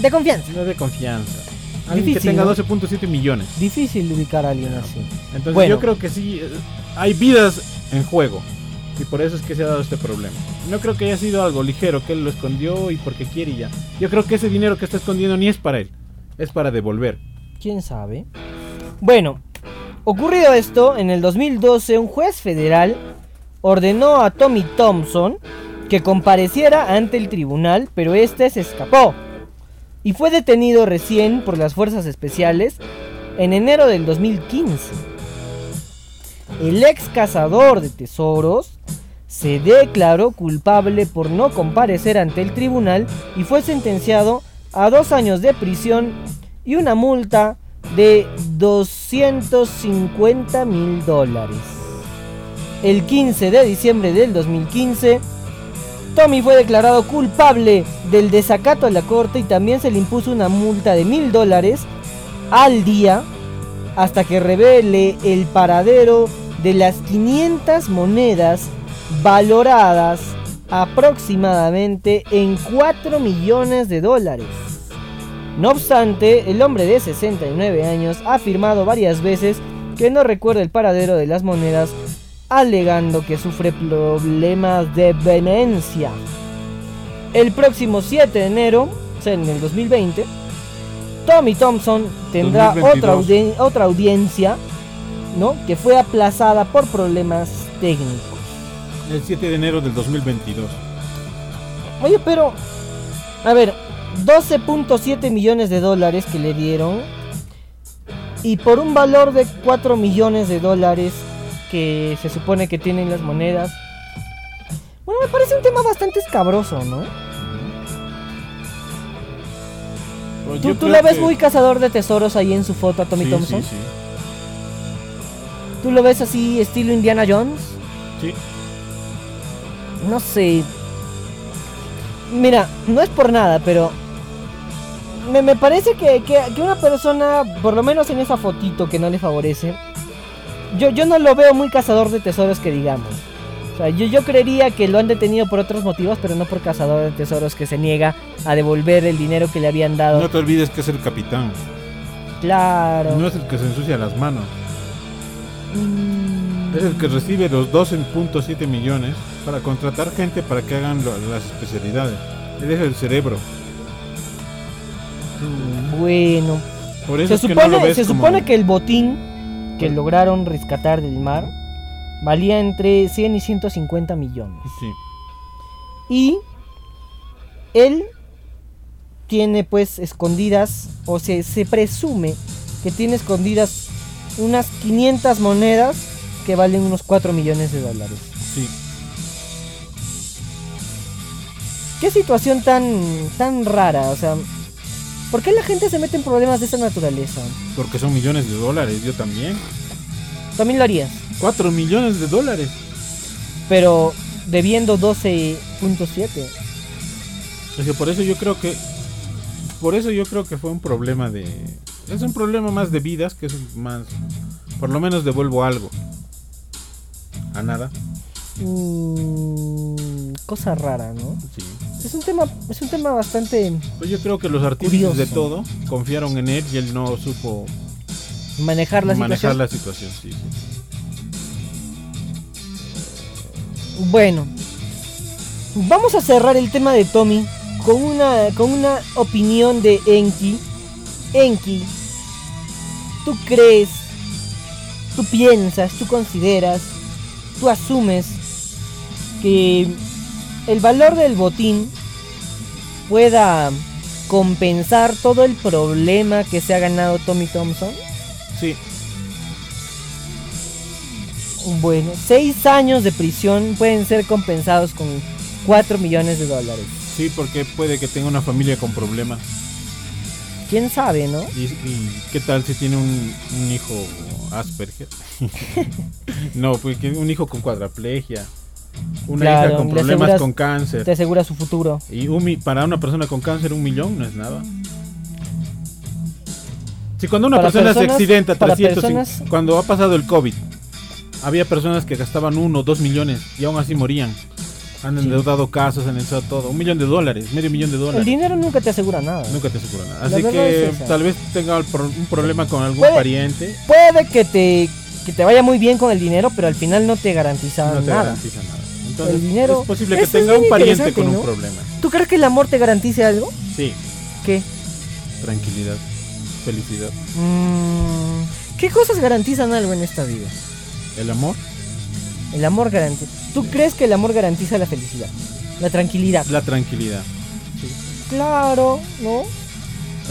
[SPEAKER 1] De confianza.
[SPEAKER 2] no de confianza. Alguien
[SPEAKER 1] Difícil,
[SPEAKER 2] que tenga
[SPEAKER 1] ¿no?
[SPEAKER 2] 12.7 millones.
[SPEAKER 1] Difícil de ubicar a alguien así.
[SPEAKER 2] Entonces
[SPEAKER 1] Bueno.
[SPEAKER 2] yo creo que sí, eh, hay vidas en juego. Y por eso es que se ha dado este problema. No creo que haya sido algo ligero, que él lo escondió y porque quiere y ya. Yo creo que ese dinero que está escondiendo ni es para él, es para devolver.
[SPEAKER 1] ¿Quién sabe? Bueno, Ocurrido esto, en el 2012 un juez federal ordenó a Tommy Thompson que compareciera ante el tribunal, pero este se escapó y fue detenido recién por las fuerzas especiales en enero del 2015. El ex cazador de tesoros se declaró culpable por no comparecer ante el tribunal y fue sentenciado a dos años de prisión y una multa de 250 mil dólares. El 15 de diciembre del 2015, Tommy fue declarado culpable del desacato a la corte y también se le impuso una multa de mil dólares al día hasta que revele el paradero de las 500 monedas valoradas aproximadamente en 4 millones de dólares. No obstante, el hombre de 69 años ha afirmado varias veces que no recuerda el paradero de las monedas, alegando que sufre problemas de venencia. El próximo 7 de enero, o sea, en el 2020, Tommy Thompson tendrá
[SPEAKER 2] 2022.
[SPEAKER 1] otra, audien- otra audiencia, ¿no? Que fue aplazada por problemas técnicos.
[SPEAKER 2] El 7 de enero del 2022.
[SPEAKER 1] Oye, pero. A ver, 12.7 millones de dólares que le dieron. Y por un valor de 4 millones de dólares que se supone que tienen las monedas. Bueno, me parece un tema bastante escabroso, ¿no?
[SPEAKER 2] Pero
[SPEAKER 1] ¿Tú,
[SPEAKER 2] Pues yo
[SPEAKER 1] tú
[SPEAKER 2] creo
[SPEAKER 1] le ves
[SPEAKER 2] que-
[SPEAKER 1] muy cazador de tesoros ahí en su foto a Tommy
[SPEAKER 2] Sí,
[SPEAKER 1] Thompson?
[SPEAKER 2] Sí,
[SPEAKER 1] ¿Tú lo ves así, estilo Indiana Jones?
[SPEAKER 2] sí. Sí.
[SPEAKER 1] No sé. Mira, no es por nada, pero. Me, me parece que, que- que una persona, por lo menos en esa fotito que no le favorece, yo, yo no lo veo muy cazador de tesoros que digamos. O sea, yo, yo creería que lo han detenido por otros motivos, pero no por cazador de tesoros que se niega a devolver el dinero que le habían dado.
[SPEAKER 2] No te olvides que es el capitán.
[SPEAKER 1] claro.
[SPEAKER 2] No es el que se ensucia las manos.
[SPEAKER 1] Mm,
[SPEAKER 2] Es el que recibe los 12.7 millones para contratar gente para que hagan lo- las especialidades. Él es el cerebro.
[SPEAKER 1] Bueno.
[SPEAKER 2] Por eso
[SPEAKER 1] Mm. Se
[SPEAKER 2] es que no
[SPEAKER 1] supone,
[SPEAKER 2] lo ves
[SPEAKER 1] se
[SPEAKER 2] como- Pues
[SPEAKER 1] supone que el botín que lograron rescatar del mar valía entre 100 y 150 millones.
[SPEAKER 2] Sí.
[SPEAKER 1] Y él tiene pues escondidas, o se, se presume que tiene escondidas unas 500 monedas que valen unos 4 millones de dólares.
[SPEAKER 2] Sí.
[SPEAKER 1] Qué situación tan, tan rara, o sea, ¿por qué la gente se mete en problemas de esa naturaleza?
[SPEAKER 2] Porque son millones de dólares, yo también.
[SPEAKER 1] También lo harías,
[SPEAKER 2] 4 millones de dólares.
[SPEAKER 1] pero debiendo 12.7.
[SPEAKER 2] Es que por eso yo creo que. Por eso yo creo que fue un problema de. Es un problema más de vidas que es más. Por lo menos devuelvo algo. A nada.
[SPEAKER 1] Mm, cosa rara, ¿no?
[SPEAKER 2] Sí.
[SPEAKER 1] Es un tema, es un tema bastante
[SPEAKER 2] Pues yo creo que los artífices de
[SPEAKER 1] Curioso.
[SPEAKER 2] todo confiaron en él y él no supo
[SPEAKER 1] manejar la
[SPEAKER 2] manejar
[SPEAKER 1] situación.
[SPEAKER 2] la situación. Sí, sí.
[SPEAKER 1] Bueno, vamos a cerrar el tema de Tommy con una, con una opinión de Enki. Enki, tú crees, tú piensas, tú consideras, tú asumes que el valor del botín pueda compensar todo el problema que se ha ganado Tommy Thompson.
[SPEAKER 2] Sí,
[SPEAKER 1] Bueno, seis años de prisión pueden ser compensados con 4 millones de dólares.
[SPEAKER 2] sí, porque puede que tenga una familia con problemas.
[SPEAKER 1] ¿Quién sabe, no?
[SPEAKER 2] ¿Y, y qué tal si tiene un, un hijo Asperger? no, pues que un hijo con cuadraplegia. Una
[SPEAKER 1] Claro,
[SPEAKER 2] hija con
[SPEAKER 1] le
[SPEAKER 2] problemas
[SPEAKER 1] aseguras-
[SPEAKER 2] con
[SPEAKER 1] Te
[SPEAKER 2] cáncer.
[SPEAKER 1] asegura su futuro.
[SPEAKER 2] Y un mi- para una persona con cáncer, un millón no es nada. Si cuando una
[SPEAKER 1] Para
[SPEAKER 2] persona se
[SPEAKER 1] personas-
[SPEAKER 2] accidenta,
[SPEAKER 1] para
[SPEAKER 2] 300,
[SPEAKER 1] personas-
[SPEAKER 2] cuando ha pasado el COVID, había personas que gastaban uno, dos millones y aún así morían. Han
[SPEAKER 1] Sí.
[SPEAKER 2] endeudado casas, han endeudado todo. Un millón de dólares, medio millón de
[SPEAKER 1] El
[SPEAKER 2] dólares.
[SPEAKER 1] dinero nunca te asegura nada.
[SPEAKER 2] Nunca te asegura nada.
[SPEAKER 1] La
[SPEAKER 2] Así
[SPEAKER 1] verdad
[SPEAKER 2] que
[SPEAKER 1] es esa.
[SPEAKER 2] tal vez tenga el pro- un problema con algún
[SPEAKER 1] Puede-
[SPEAKER 2] pariente.
[SPEAKER 1] Puede que te, que te vaya muy bien con el dinero, pero al final no te garantiza
[SPEAKER 2] No te
[SPEAKER 1] nada.
[SPEAKER 2] garantiza nada. Entonces,
[SPEAKER 1] El dinero-
[SPEAKER 2] es posible que
[SPEAKER 1] Eso es
[SPEAKER 2] tenga
[SPEAKER 1] bien
[SPEAKER 2] un pariente
[SPEAKER 1] interesante,
[SPEAKER 2] con un
[SPEAKER 1] ¿no?
[SPEAKER 2] problema.
[SPEAKER 1] ¿Tú crees que el amor te garantice algo?
[SPEAKER 2] Sí,
[SPEAKER 1] ¿Qué?
[SPEAKER 2] tranquilidad, felicidad.
[SPEAKER 1] Mm, ¿Qué cosas garantizan algo en esta vida?
[SPEAKER 2] ¿El amor?
[SPEAKER 1] El amor garantiza. ¿Tú crees que el amor garantiza la felicidad? La tranquilidad.
[SPEAKER 2] La tranquilidad.
[SPEAKER 1] Claro, ¿no?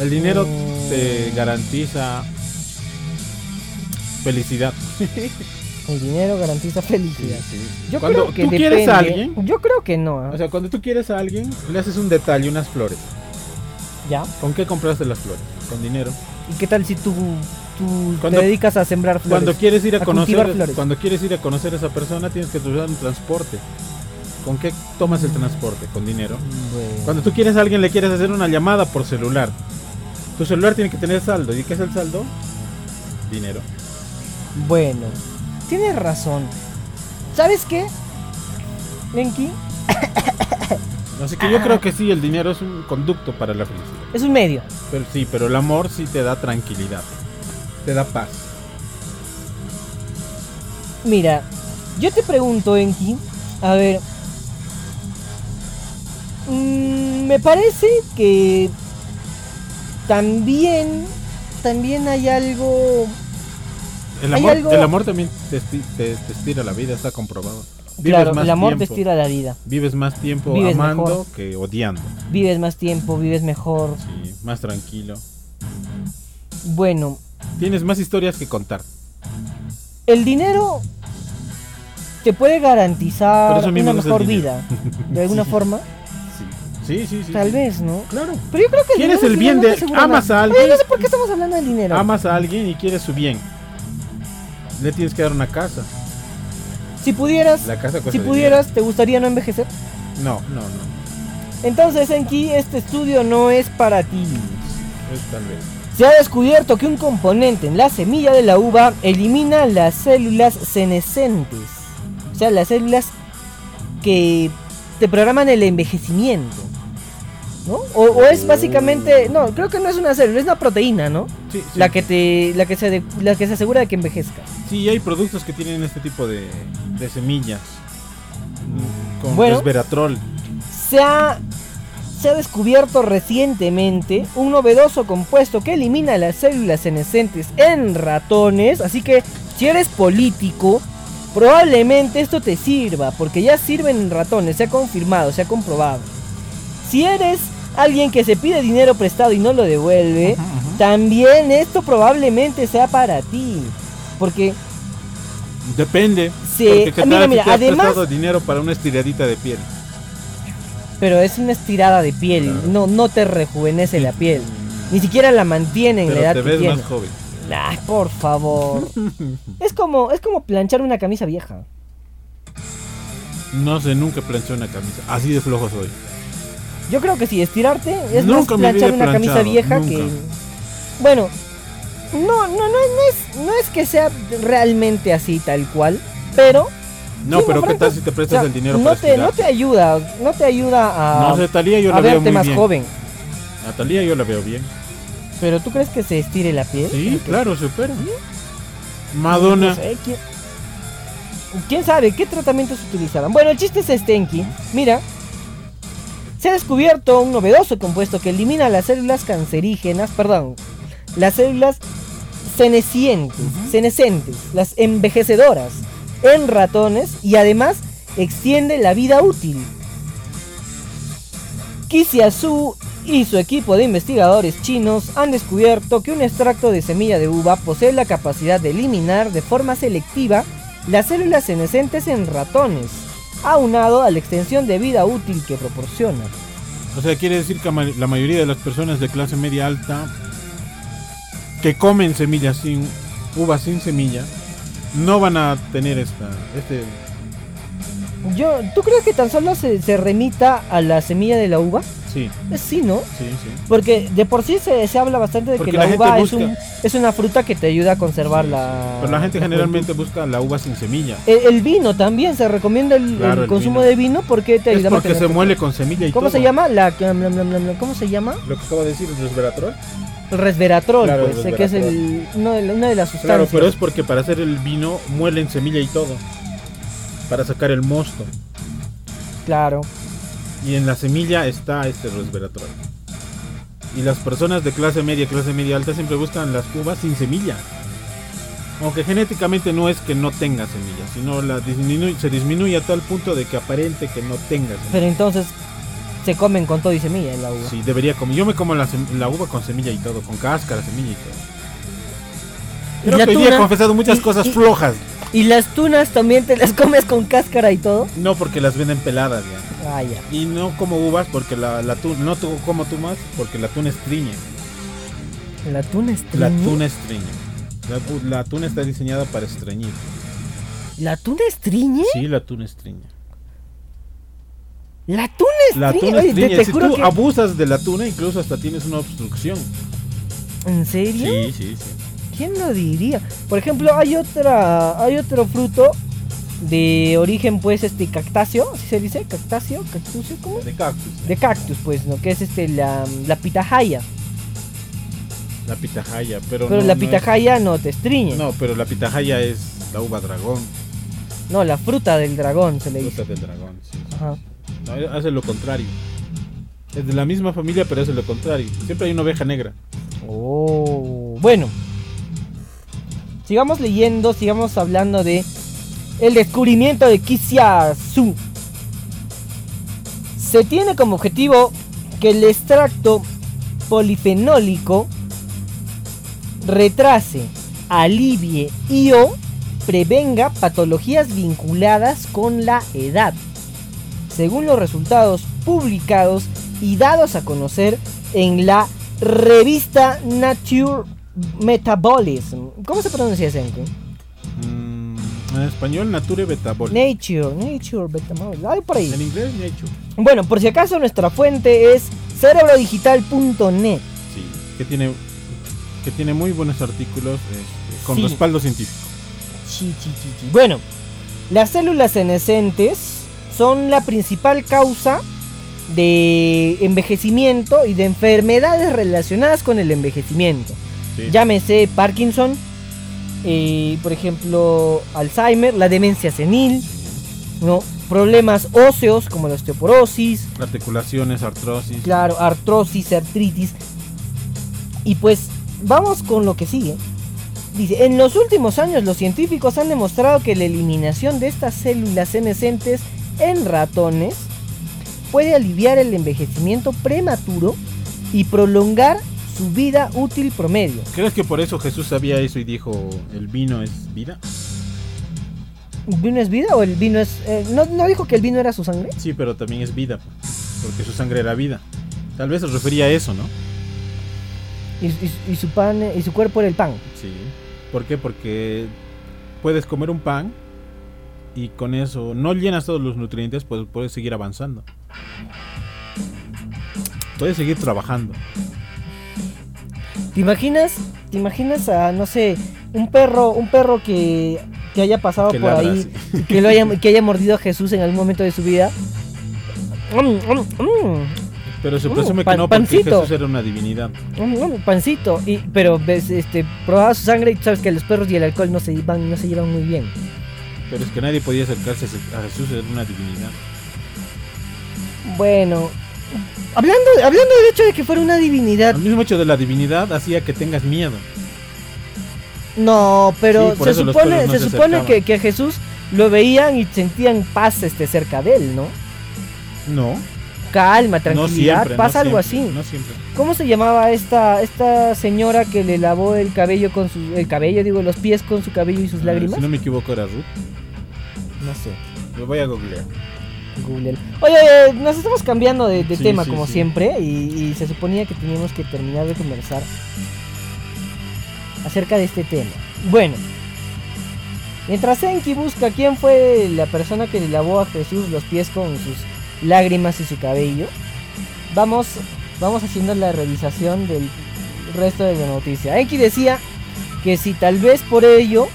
[SPEAKER 2] El dinero
[SPEAKER 1] Mm.
[SPEAKER 2] te garantiza felicidad.
[SPEAKER 1] El dinero garantiza felicidad. Yo
[SPEAKER 2] Cuando
[SPEAKER 1] creo que
[SPEAKER 2] tú
[SPEAKER 1] depende.
[SPEAKER 2] quieres a alguien,
[SPEAKER 1] Yo creo que no. ¿ah?
[SPEAKER 2] o sea, cuando tú quieres a alguien, le haces un detalle, unas flores.
[SPEAKER 1] ya.
[SPEAKER 2] ¿Con qué compraste las flores? Con dinero.
[SPEAKER 1] ¿Y qué tal si tú, tú
[SPEAKER 2] Cuando-
[SPEAKER 1] te dedicas a sembrar flores?
[SPEAKER 2] Cuando quieres ir a,
[SPEAKER 1] A cultivar
[SPEAKER 2] conocer,
[SPEAKER 1] flores.
[SPEAKER 2] cuando quieres ir a conocer a esa persona, tienes que usar un transporte. ¿Con qué tomas el transporte? Con dinero.
[SPEAKER 1] Bueno.
[SPEAKER 2] Cuando tú quieres a alguien, le quieres hacer una llamada por celular. Tu celular tiene que tener saldo. ¿Y qué es el saldo? Dinero.
[SPEAKER 1] Bueno, tienes razón. ¿Sabes qué? Lenki
[SPEAKER 2] Así que yo
[SPEAKER 1] Ah.
[SPEAKER 2] creo que sí, el dinero es un conducto para la felicidad.
[SPEAKER 1] es un medio.
[SPEAKER 2] Pero sí, pero el amor sí te da tranquilidad. Te da paz.
[SPEAKER 1] Mira, yo te pregunto, Enki, a ver. mm, me parece que también, también hay algo
[SPEAKER 2] El
[SPEAKER 1] Hay
[SPEAKER 2] amor,
[SPEAKER 1] algo-
[SPEAKER 2] el amor también te, esti- te- te estira la vida, está comprobado. Vives
[SPEAKER 1] claro,
[SPEAKER 2] más
[SPEAKER 1] el amor te
[SPEAKER 2] tiempo,
[SPEAKER 1] estira la vida.
[SPEAKER 2] Vives más tiempo
[SPEAKER 1] Vives
[SPEAKER 2] amando
[SPEAKER 1] mejor.
[SPEAKER 2] que odiando.
[SPEAKER 1] Vives más tiempo, vives mejor.
[SPEAKER 2] Sí, más tranquilo.
[SPEAKER 1] Bueno,
[SPEAKER 2] Tienes más historias que contar.
[SPEAKER 1] el dinero te puede
[SPEAKER 2] Por
[SPEAKER 1] garantizar
[SPEAKER 2] eso a mí
[SPEAKER 1] una
[SPEAKER 2] me gusta el
[SPEAKER 1] mejor
[SPEAKER 2] dinero.
[SPEAKER 1] vida. De alguna
[SPEAKER 2] Sí.
[SPEAKER 1] forma,
[SPEAKER 2] Sí, sí, sí. sí,
[SPEAKER 1] tal
[SPEAKER 2] sí.
[SPEAKER 1] vez, ¿no?
[SPEAKER 2] Claro.
[SPEAKER 1] Pero yo creo que
[SPEAKER 2] Quieres el
[SPEAKER 1] dinero
[SPEAKER 2] bien
[SPEAKER 1] sí
[SPEAKER 2] de-
[SPEAKER 1] no te asegura
[SPEAKER 2] amas
[SPEAKER 1] nada.
[SPEAKER 2] a alguien.
[SPEAKER 1] Oye, no sé por qué estamos hablando del dinero.
[SPEAKER 2] Amas a alguien y quieres su bien. Le tienes que dar una casa.
[SPEAKER 1] si pudieras,
[SPEAKER 2] La casa cuesta
[SPEAKER 1] si
[SPEAKER 2] dinero.
[SPEAKER 1] pudieras, ¿te gustaría no envejecer?
[SPEAKER 2] No, no, no.
[SPEAKER 1] Entonces, Enki, este estudio no es para ti.
[SPEAKER 2] Es tal vez.
[SPEAKER 1] Se ha descubierto que un componente en la semilla de la uva elimina las células senescentes. O sea, las células que te programan el envejecimiento. ¿No? O, o
[SPEAKER 2] Oh.
[SPEAKER 1] es básicamente. No, creo que no es una célula, es una proteína, ¿no?
[SPEAKER 2] Sí, sí.
[SPEAKER 1] La que te. La que se de- la que se asegura de que envejezcas.
[SPEAKER 2] Sí, hay productos que tienen este tipo de, de semillas. Mm, Con
[SPEAKER 1] Bueno.
[SPEAKER 2] resveratrol.
[SPEAKER 1] se ha, se ha descubierto recientemente un novedoso compuesto que elimina las células senescentes en ratones. Así que si eres político, probablemente esto te sirva, porque ya sirven en ratones, se ha confirmado, se ha comprobado. Si eres alguien que se pide dinero prestado y no lo devuelve, también esto probablemente sea para ti. Porque
[SPEAKER 2] Depende.
[SPEAKER 1] Sí,
[SPEAKER 2] porque qué
[SPEAKER 1] ah, mira,
[SPEAKER 2] tal si
[SPEAKER 1] mira,
[SPEAKER 2] te has
[SPEAKER 1] además-
[SPEAKER 2] prestado dinero para una estiradita de piel.
[SPEAKER 1] Pero es una estirada de piel,
[SPEAKER 2] Claro.
[SPEAKER 1] no, no te rejuvenece la piel. Ni siquiera la mantiene en
[SPEAKER 2] Pero
[SPEAKER 1] la edad
[SPEAKER 2] te
[SPEAKER 1] que
[SPEAKER 2] ves
[SPEAKER 1] tiene.
[SPEAKER 2] más joven.
[SPEAKER 1] Nah, por favor. es como es como planchar una camisa vieja.
[SPEAKER 2] No sé, nunca planché una camisa. Así de flojo soy.
[SPEAKER 1] Yo creo que sí, estirarte es
[SPEAKER 2] Nunca
[SPEAKER 1] más
[SPEAKER 2] en mi vida
[SPEAKER 1] planchar
[SPEAKER 2] he
[SPEAKER 1] una camisa
[SPEAKER 2] planchado,
[SPEAKER 1] vieja
[SPEAKER 2] nunca.
[SPEAKER 1] que Bueno, no no no no es no es que sea realmente así tal cual, pero
[SPEAKER 2] No,
[SPEAKER 1] siendo
[SPEAKER 2] pero ¿qué
[SPEAKER 1] franco,
[SPEAKER 2] tal si te prestas
[SPEAKER 1] o sea,
[SPEAKER 2] el dinero
[SPEAKER 1] no
[SPEAKER 2] para
[SPEAKER 1] te no
[SPEAKER 2] estirar?
[SPEAKER 1] te ayuda, no te ayuda a
[SPEAKER 2] No sé, Talía yo
[SPEAKER 1] a
[SPEAKER 2] la veo
[SPEAKER 1] verte
[SPEAKER 2] muy
[SPEAKER 1] más
[SPEAKER 2] bien.
[SPEAKER 1] joven.
[SPEAKER 2] A Talía yo la veo bien.
[SPEAKER 1] Pero tú crees que se estire la piel?
[SPEAKER 2] Sí,
[SPEAKER 1] Porque-
[SPEAKER 2] claro, se opera. Madonna.
[SPEAKER 1] No sé, Pues, eh, ¿quién, quién sabe qué tratamientos utilizaban? Bueno, el chiste es este, Enki. Mira. Se ha descubierto un novedoso compuesto que elimina las células cancerígenas, perdón, las células senescientes, senescentes, las envejecedoras en ratones y además extiende la vida útil. Kisiasu y su equipo de investigadores chinos han descubierto que un extracto de semilla de uva posee la capacidad de eliminar de forma selectiva las células senescentes en ratones, aunado a la extensión de vida útil que proporciona.
[SPEAKER 2] O sea, quiere decir que ama- la mayoría de las personas de clase media alta que comen semillas sin uvas sin semilla no van a tener esta este
[SPEAKER 1] Yo, ¿Tú crees que tan solo se, se remita a la semilla de la uva?
[SPEAKER 2] sí,
[SPEAKER 1] Eh, Sí, ¿no?
[SPEAKER 2] sí, sí.
[SPEAKER 1] Porque de por sí se, se habla bastante de
[SPEAKER 2] Porque
[SPEAKER 1] que
[SPEAKER 2] la
[SPEAKER 1] la,
[SPEAKER 2] gente
[SPEAKER 1] uva es,
[SPEAKER 2] busca.
[SPEAKER 1] un- es una fruta que te ayuda a conservar la...
[SPEAKER 2] Pero Pues la gente
[SPEAKER 1] juventud.
[SPEAKER 2] generalmente busca la uva sin semilla.
[SPEAKER 1] El, el vino también, se recomienda el,
[SPEAKER 2] Claro,
[SPEAKER 1] el
[SPEAKER 2] el
[SPEAKER 1] consumo
[SPEAKER 2] vino.
[SPEAKER 1] de vino porque te
[SPEAKER 2] Es
[SPEAKER 1] ayuda a
[SPEAKER 2] porque se
[SPEAKER 1] mantener-
[SPEAKER 2] muele con semilla y
[SPEAKER 1] ¿Cómo
[SPEAKER 2] todo.
[SPEAKER 1] se llama? La, blam, blam, blam, blam, ¿Cómo se llama?
[SPEAKER 2] Lo que acabo de decir, el resveratrol.
[SPEAKER 1] El resveratrol,
[SPEAKER 2] Claro,
[SPEAKER 1] pues,
[SPEAKER 2] el
[SPEAKER 1] eh, que es el, uno de la- una de las
[SPEAKER 2] Claro,
[SPEAKER 1] sustancias.
[SPEAKER 2] pero es porque para hacer el vino muelen semilla y todo. Para sacar el mosto.
[SPEAKER 1] Claro.
[SPEAKER 2] Y en la semilla está este resveratrol. Y las personas de clase media, clase media alta siempre buscan las uvas sin semilla. Aunque genéticamente no es que no tenga semillas, sino la disminu- se disminuye a tal punto de que aparente que no tenga semillas.
[SPEAKER 1] Pero entonces se comen con todo y semilla la uva.
[SPEAKER 2] Sí, debería comer. Yo me como la, sem- la uva con semilla y todo, con cáscara, semilla y todo.
[SPEAKER 1] Y
[SPEAKER 2] Creo
[SPEAKER 1] la
[SPEAKER 2] que hoy día he
[SPEAKER 1] tuna-
[SPEAKER 2] confesado muchas
[SPEAKER 1] y-
[SPEAKER 2] cosas
[SPEAKER 1] y-
[SPEAKER 2] flojas.
[SPEAKER 1] ¿Y las tunas también te las comes con cáscara y todo?
[SPEAKER 2] No porque las venden peladas ya.
[SPEAKER 1] Ah, ya.
[SPEAKER 2] Y no como uvas porque la, la tuna, no tu- como tú más porque la tuna es triña.
[SPEAKER 1] La tuna es
[SPEAKER 2] La
[SPEAKER 1] triñi-
[SPEAKER 2] tuna es triña. La, tu- la tuna está diseñada para estreñir.
[SPEAKER 1] ¿La tuna es triñe?
[SPEAKER 2] Sí, la tuna es triña.
[SPEAKER 1] La tuna es
[SPEAKER 2] La
[SPEAKER 1] triñe.
[SPEAKER 2] tuna
[SPEAKER 1] Oye,
[SPEAKER 2] es
[SPEAKER 1] te-
[SPEAKER 2] triña.
[SPEAKER 1] te
[SPEAKER 2] si
[SPEAKER 1] juro
[SPEAKER 2] tú ah,
[SPEAKER 1] que-
[SPEAKER 2] abusas de la tuna, incluso hasta tienes una obstrucción.
[SPEAKER 1] ¿En serio?
[SPEAKER 2] Sí, sí, sí.
[SPEAKER 1] ¿Quién lo diría? Por ejemplo, hay otra, hay otro fruto de origen pues este cactáceo, ¿sí se dice? Cactáceo, cactusio, ¿cómo?
[SPEAKER 2] De cactus.
[SPEAKER 1] De cactus, pues, ¿no? Que es este la, la pitahaya.
[SPEAKER 2] La pitahaya, pero,
[SPEAKER 1] Pero,
[SPEAKER 2] no-
[SPEAKER 1] la
[SPEAKER 2] no es-
[SPEAKER 1] pitahaya no te estriñe. No.
[SPEAKER 2] No, pero la pitahaya es la uva dragón,
[SPEAKER 1] la fruta del dragón se le
[SPEAKER 2] fruta
[SPEAKER 1] dice.
[SPEAKER 2] del dragón. sí, sí.
[SPEAKER 1] Ajá.
[SPEAKER 2] No, hace lo contrario. Es de la misma familia, pero hace lo contrario. Siempre hay una oveja negra.
[SPEAKER 1] Oh, bueno. Sigamos leyendo, sigamos hablando de el descubrimiento de Kisiasu. Se tiene como objetivo que el extracto polifenólico retrase, alivie y o prevenga patologías vinculadas con la edad. Según los resultados publicados y dados a conocer en la revista Nature Metabolism. ¿Cómo se pronuncia ese? Enki?
[SPEAKER 2] Mm, en español, Nature Betabol.
[SPEAKER 1] Nature, Nature Metabolism. Ay, por
[SPEAKER 2] en
[SPEAKER 1] ahí.
[SPEAKER 2] inglés, Nature.
[SPEAKER 1] Bueno, por si acaso nuestra fuente es cerebrodigital.net.
[SPEAKER 2] Sí. Que tiene, que tiene muy buenos artículos este, con
[SPEAKER 1] Sí.
[SPEAKER 2] respaldo científico.
[SPEAKER 1] Chi, chi, chi, chi. Bueno, las células senescentes son la principal causa de envejecimiento y de enfermedades relacionadas con el envejecimiento.
[SPEAKER 2] Sí.
[SPEAKER 1] Llámese Parkinson, eh, por ejemplo, Alzheimer, la demencia senil, ¿no? problemas óseos como la osteoporosis,
[SPEAKER 2] Articulaciones, artrosis.
[SPEAKER 1] claro, artrosis, artritis. Y pues vamos con lo que sigue. Dice, en los últimos años los científicos han demostrado que la eliminación de estas células senescentes en ratones puede aliviar el envejecimiento prematuro y prolongar su vida útil promedio.
[SPEAKER 2] ¿Crees que por eso Jesús sabía eso y dijo, el vino es vida?
[SPEAKER 1] ¿El vino es vida o el vino es... eh, ¿no, ¿No dijo que el vino era su sangre?
[SPEAKER 2] Sí, pero también es vida, porque su sangre era vida. Tal vez se refería a eso, ¿no?
[SPEAKER 1] Y, y- y su pan eh, y su cuerpo era el pan.
[SPEAKER 2] Sí. ¿Por qué? Porque puedes comer un pan y con eso no llenas todos los nutrientes, pues puedes seguir avanzando. Puedes seguir trabajando.
[SPEAKER 1] ¿Te imaginas? ¿Te imaginas a, no sé, un perro, un perro que, que haya pasado
[SPEAKER 2] Que
[SPEAKER 1] por
[SPEAKER 2] ladra,
[SPEAKER 1] ahí,
[SPEAKER 2] sí.
[SPEAKER 1] que, lo haya, que haya mordido a Jesús en algún momento de su vida? Mm, mm, mm.
[SPEAKER 2] Pero se
[SPEAKER 1] Mm,
[SPEAKER 2] presume que
[SPEAKER 1] pan-
[SPEAKER 2] no, porque
[SPEAKER 1] pancito.
[SPEAKER 2] Jesús era una divinidad.
[SPEAKER 1] un, un mm, pancito. Y, pero ves, este, probaba su sangre y tú sabes que los perros y el alcohol no se iban, no se llevan muy bien.
[SPEAKER 2] Pero es que nadie podía acercarse a Je- a Jesús, era una divinidad.
[SPEAKER 1] Bueno, hablando, hablando del hecho de que fuera una divinidad,
[SPEAKER 2] El mismo hecho de la divinidad hacía que tengas miedo.
[SPEAKER 1] no, pero
[SPEAKER 2] Sí, por
[SPEAKER 1] se
[SPEAKER 2] eso los
[SPEAKER 1] supone,
[SPEAKER 2] perros no
[SPEAKER 1] se
[SPEAKER 2] se
[SPEAKER 1] supone
[SPEAKER 2] acercaban.
[SPEAKER 1] que, que a Jesús lo veían y sentían paz este, cerca de él, ¿no?
[SPEAKER 2] No,
[SPEAKER 1] Calma,
[SPEAKER 2] no
[SPEAKER 1] tranquilidad,
[SPEAKER 2] siempre. no
[SPEAKER 1] pasa algo
[SPEAKER 2] siempre,
[SPEAKER 1] así.
[SPEAKER 2] No siempre.
[SPEAKER 1] ¿Cómo se llamaba esta, esta señora que le lavó el cabello con sus, el cabello, digo, los pies con su cabello y sus
[SPEAKER 2] Eh,
[SPEAKER 1] lágrimas?
[SPEAKER 2] Si no me equivoco, era Ruth.
[SPEAKER 1] No sé.
[SPEAKER 2] Lo voy a googlear.
[SPEAKER 1] Google. Oye, oye, nos estamos cambiando de, de
[SPEAKER 2] Sí,
[SPEAKER 1] tema
[SPEAKER 2] sí,
[SPEAKER 1] como
[SPEAKER 2] sí.
[SPEAKER 1] siempre y, y se suponía que teníamos que terminar de conversar acerca de este tema. Bueno, mientras Enki busca quién fue la persona que le lavó a Jesús los pies con sus lágrimas y su cabello, vamos, vamos haciendo la revisación del resto de la noticia. Enki decía que si tal vez por ello,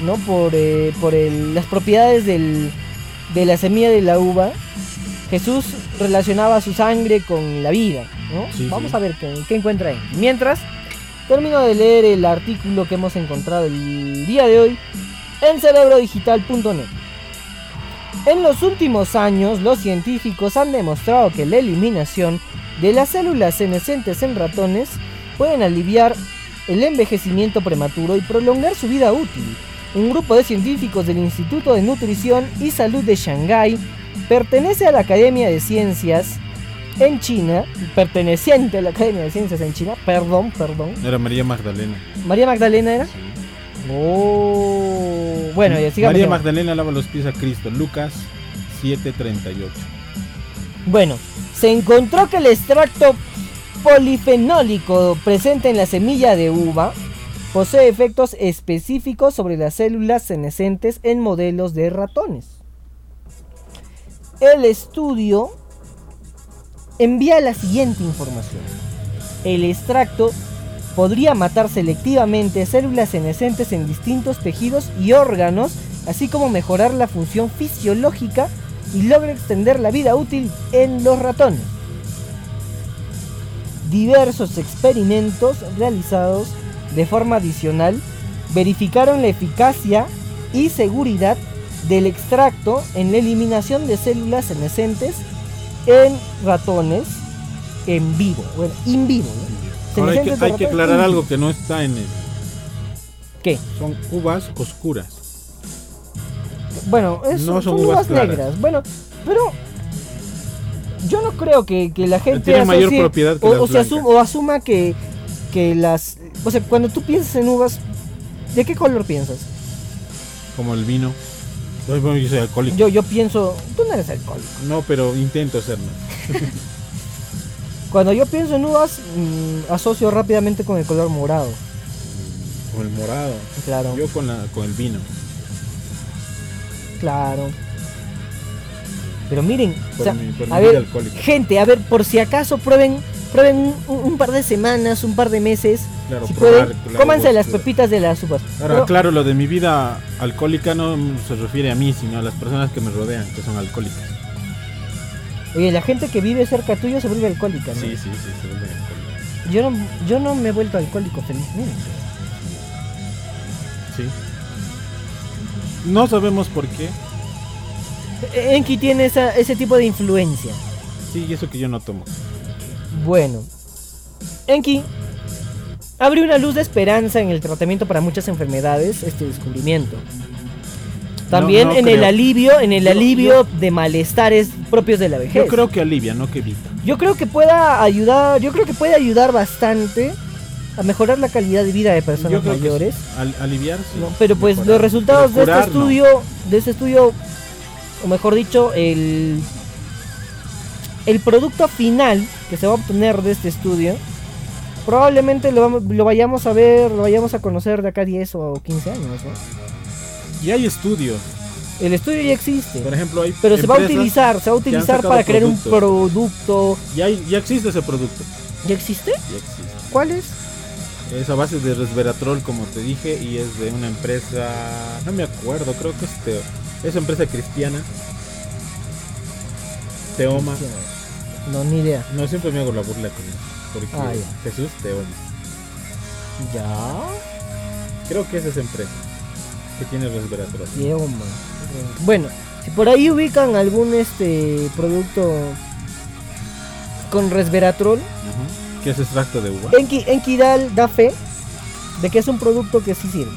[SPEAKER 1] ¿no? Por, eh, por el- las propiedades del, de la semilla de la uva, Jesús relacionaba su sangre con la vida, ¿no?
[SPEAKER 2] Sí,
[SPEAKER 1] Vamos
[SPEAKER 2] sí.
[SPEAKER 1] a ver qué, qué encuentra ahí. Mientras, termino de leer el artículo que hemos encontrado el día de hoy en cerebrodigital.net. En los últimos años, los científicos han demostrado que la eliminación de las células senescentes en ratones pueden aliviar el envejecimiento prematuro y prolongar su vida útil. Un grupo de científicos del Instituto de Nutrición y Salud de Shanghái pertenece a la Academia de Ciencias en China, perteneciente a la Academia de Ciencias en China, perdón, perdón.
[SPEAKER 2] Era María Magdalena.
[SPEAKER 1] María Magdalena era.
[SPEAKER 2] Sí.
[SPEAKER 1] Oh, bueno, ya sigamos.
[SPEAKER 2] María
[SPEAKER 1] sigamos.
[SPEAKER 2] Magdalena lava los pies a Cristo. Lucas 7:38.
[SPEAKER 1] Bueno, se encontró que el extracto polifenólico presente en la semilla de uva posee efectos específicos sobre las células senescentes en modelos de ratones. El estudio envía la siguiente información. El extracto podría matar selectivamente células senescentes en distintos tejidos y órganos, así como mejorar la función fisiológica y logra extender la vida útil en los ratones. Diversos experimentos realizados de forma adicional verificaron la eficacia y seguridad del extracto en la eliminación de células senescentes en ratones en vivo, bueno, in vivo. ¿no?
[SPEAKER 2] Ahora hay
[SPEAKER 1] Senescentes
[SPEAKER 2] que,
[SPEAKER 1] de
[SPEAKER 2] hay que
[SPEAKER 1] ratones
[SPEAKER 2] aclarar
[SPEAKER 1] in
[SPEAKER 2] algo
[SPEAKER 1] vivo.
[SPEAKER 2] que no está en el.
[SPEAKER 1] ¿Qué?
[SPEAKER 2] Son uvas oscuras.
[SPEAKER 1] Bueno, es-
[SPEAKER 2] No
[SPEAKER 1] son
[SPEAKER 2] son uvas
[SPEAKER 1] uvas
[SPEAKER 2] claras.
[SPEAKER 1] negras. Bueno, pero yo no creo que, que la gente
[SPEAKER 2] Tiene mayor propiedad que
[SPEAKER 1] o,
[SPEAKER 2] las
[SPEAKER 1] o se
[SPEAKER 2] blancas.
[SPEAKER 1] asuma, o asuma que, que las... O sea, cuando tú piensas en uvas, ¿de qué color piensas?
[SPEAKER 2] Como el vino. Ay, bueno, Yo soy alcohólico.
[SPEAKER 1] Yo, yo pienso... Tú no eres alcohólico.
[SPEAKER 2] No, pero intento hacerlo.
[SPEAKER 1] Cuando yo pienso en uvas, mm, asocio rápidamente con el color morado.
[SPEAKER 2] Con el morado.
[SPEAKER 1] Claro,
[SPEAKER 2] Yo con, la, con el vino.
[SPEAKER 1] claro. Pero miren,
[SPEAKER 2] Por
[SPEAKER 1] o sea,
[SPEAKER 2] mi- por mi
[SPEAKER 1] a
[SPEAKER 2] vida
[SPEAKER 1] ver,
[SPEAKER 2] alcohólica.
[SPEAKER 1] gente, a ver, por si acaso prueben, prueben un- un- un par de semanas, un par de meses,
[SPEAKER 2] Claro,
[SPEAKER 1] si
[SPEAKER 2] probar,
[SPEAKER 1] pueden,
[SPEAKER 2] claro,
[SPEAKER 1] cómanse
[SPEAKER 2] uvas
[SPEAKER 1] las
[SPEAKER 2] oscuras.
[SPEAKER 1] pepitas de las uvas.
[SPEAKER 2] Ahora,
[SPEAKER 1] Pero-
[SPEAKER 2] claro, lo de mi vida alcohólica no se refiere a mí, sino a las personas que me rodean, que son alcohólicas.
[SPEAKER 1] Oye, la gente que vive cerca tuyo se vuelve alcohólica, ¿no?
[SPEAKER 2] Sí, sí, sí, se vuelven alcohólicas.
[SPEAKER 1] Yo no, yo no me he vuelto alcohólico, felizmente.
[SPEAKER 2] Sí. No sabemos por qué.
[SPEAKER 1] E- Enki tiene esa- ese tipo de influencia.
[SPEAKER 2] Sí, y eso que yo no tomo.
[SPEAKER 1] Bueno. Enki, abre una luz de esperanza en el tratamiento para muchas enfermedades este descubrimiento. También
[SPEAKER 2] no
[SPEAKER 1] en el
[SPEAKER 2] creo.
[SPEAKER 1] alivio, en el
[SPEAKER 2] Yo-
[SPEAKER 1] alivio de malestares propios de la vejez.
[SPEAKER 2] Yo creo que alivia, no que evita.
[SPEAKER 1] Yo creo que pueda ayudar, yo creo que puede ayudar bastante a mejorar la calidad de vida de
[SPEAKER 2] Yo
[SPEAKER 1] personas
[SPEAKER 2] creo que
[SPEAKER 1] mayores.
[SPEAKER 2] sí. Al- aliviar, sí.
[SPEAKER 1] ¿no? Pero pues
[SPEAKER 2] Mejorar.
[SPEAKER 1] los resultados
[SPEAKER 2] Pero
[SPEAKER 1] de
[SPEAKER 2] curar,
[SPEAKER 1] este estudio, de este estudio, o mejor dicho, el el producto final que se va a obtener de este estudio, probablemente lo, vam- lo vayamos a ver, lo vayamos a conocer de acá 10 o 15 años. ¿no?
[SPEAKER 2] no. Y hay estudios.
[SPEAKER 1] El estudio ya existe,
[SPEAKER 2] Por ejemplo, hay.
[SPEAKER 1] pero se va a
[SPEAKER 2] empresas-
[SPEAKER 1] utilizar, se va a utilizar
[SPEAKER 2] sacado
[SPEAKER 1] para crear un producto.
[SPEAKER 2] Ya, hay- ya existe ese producto.
[SPEAKER 1] ¿Ya existe?
[SPEAKER 2] Ya existe.
[SPEAKER 1] ¿Cuál es?
[SPEAKER 2] Es a base de resveratrol, como te dije, y es de una empresa. No me acuerdo, creo que es Teo. Es empresa cristiana. Teoma.
[SPEAKER 1] No, ni idea.
[SPEAKER 2] No, siempre me hago la burla con él. Porque
[SPEAKER 1] Ah, ya.
[SPEAKER 2] Jesús Teoma.
[SPEAKER 1] Ya.
[SPEAKER 2] Creo que es esa empresa que tiene resveratrol.
[SPEAKER 1] Idioma. Bueno, si por ahí ubican algún este producto con resveratrol,
[SPEAKER 2] Ajá. Que es extracto de uva.
[SPEAKER 1] Enki, Enki da, da fe de que es un producto que sí sirve.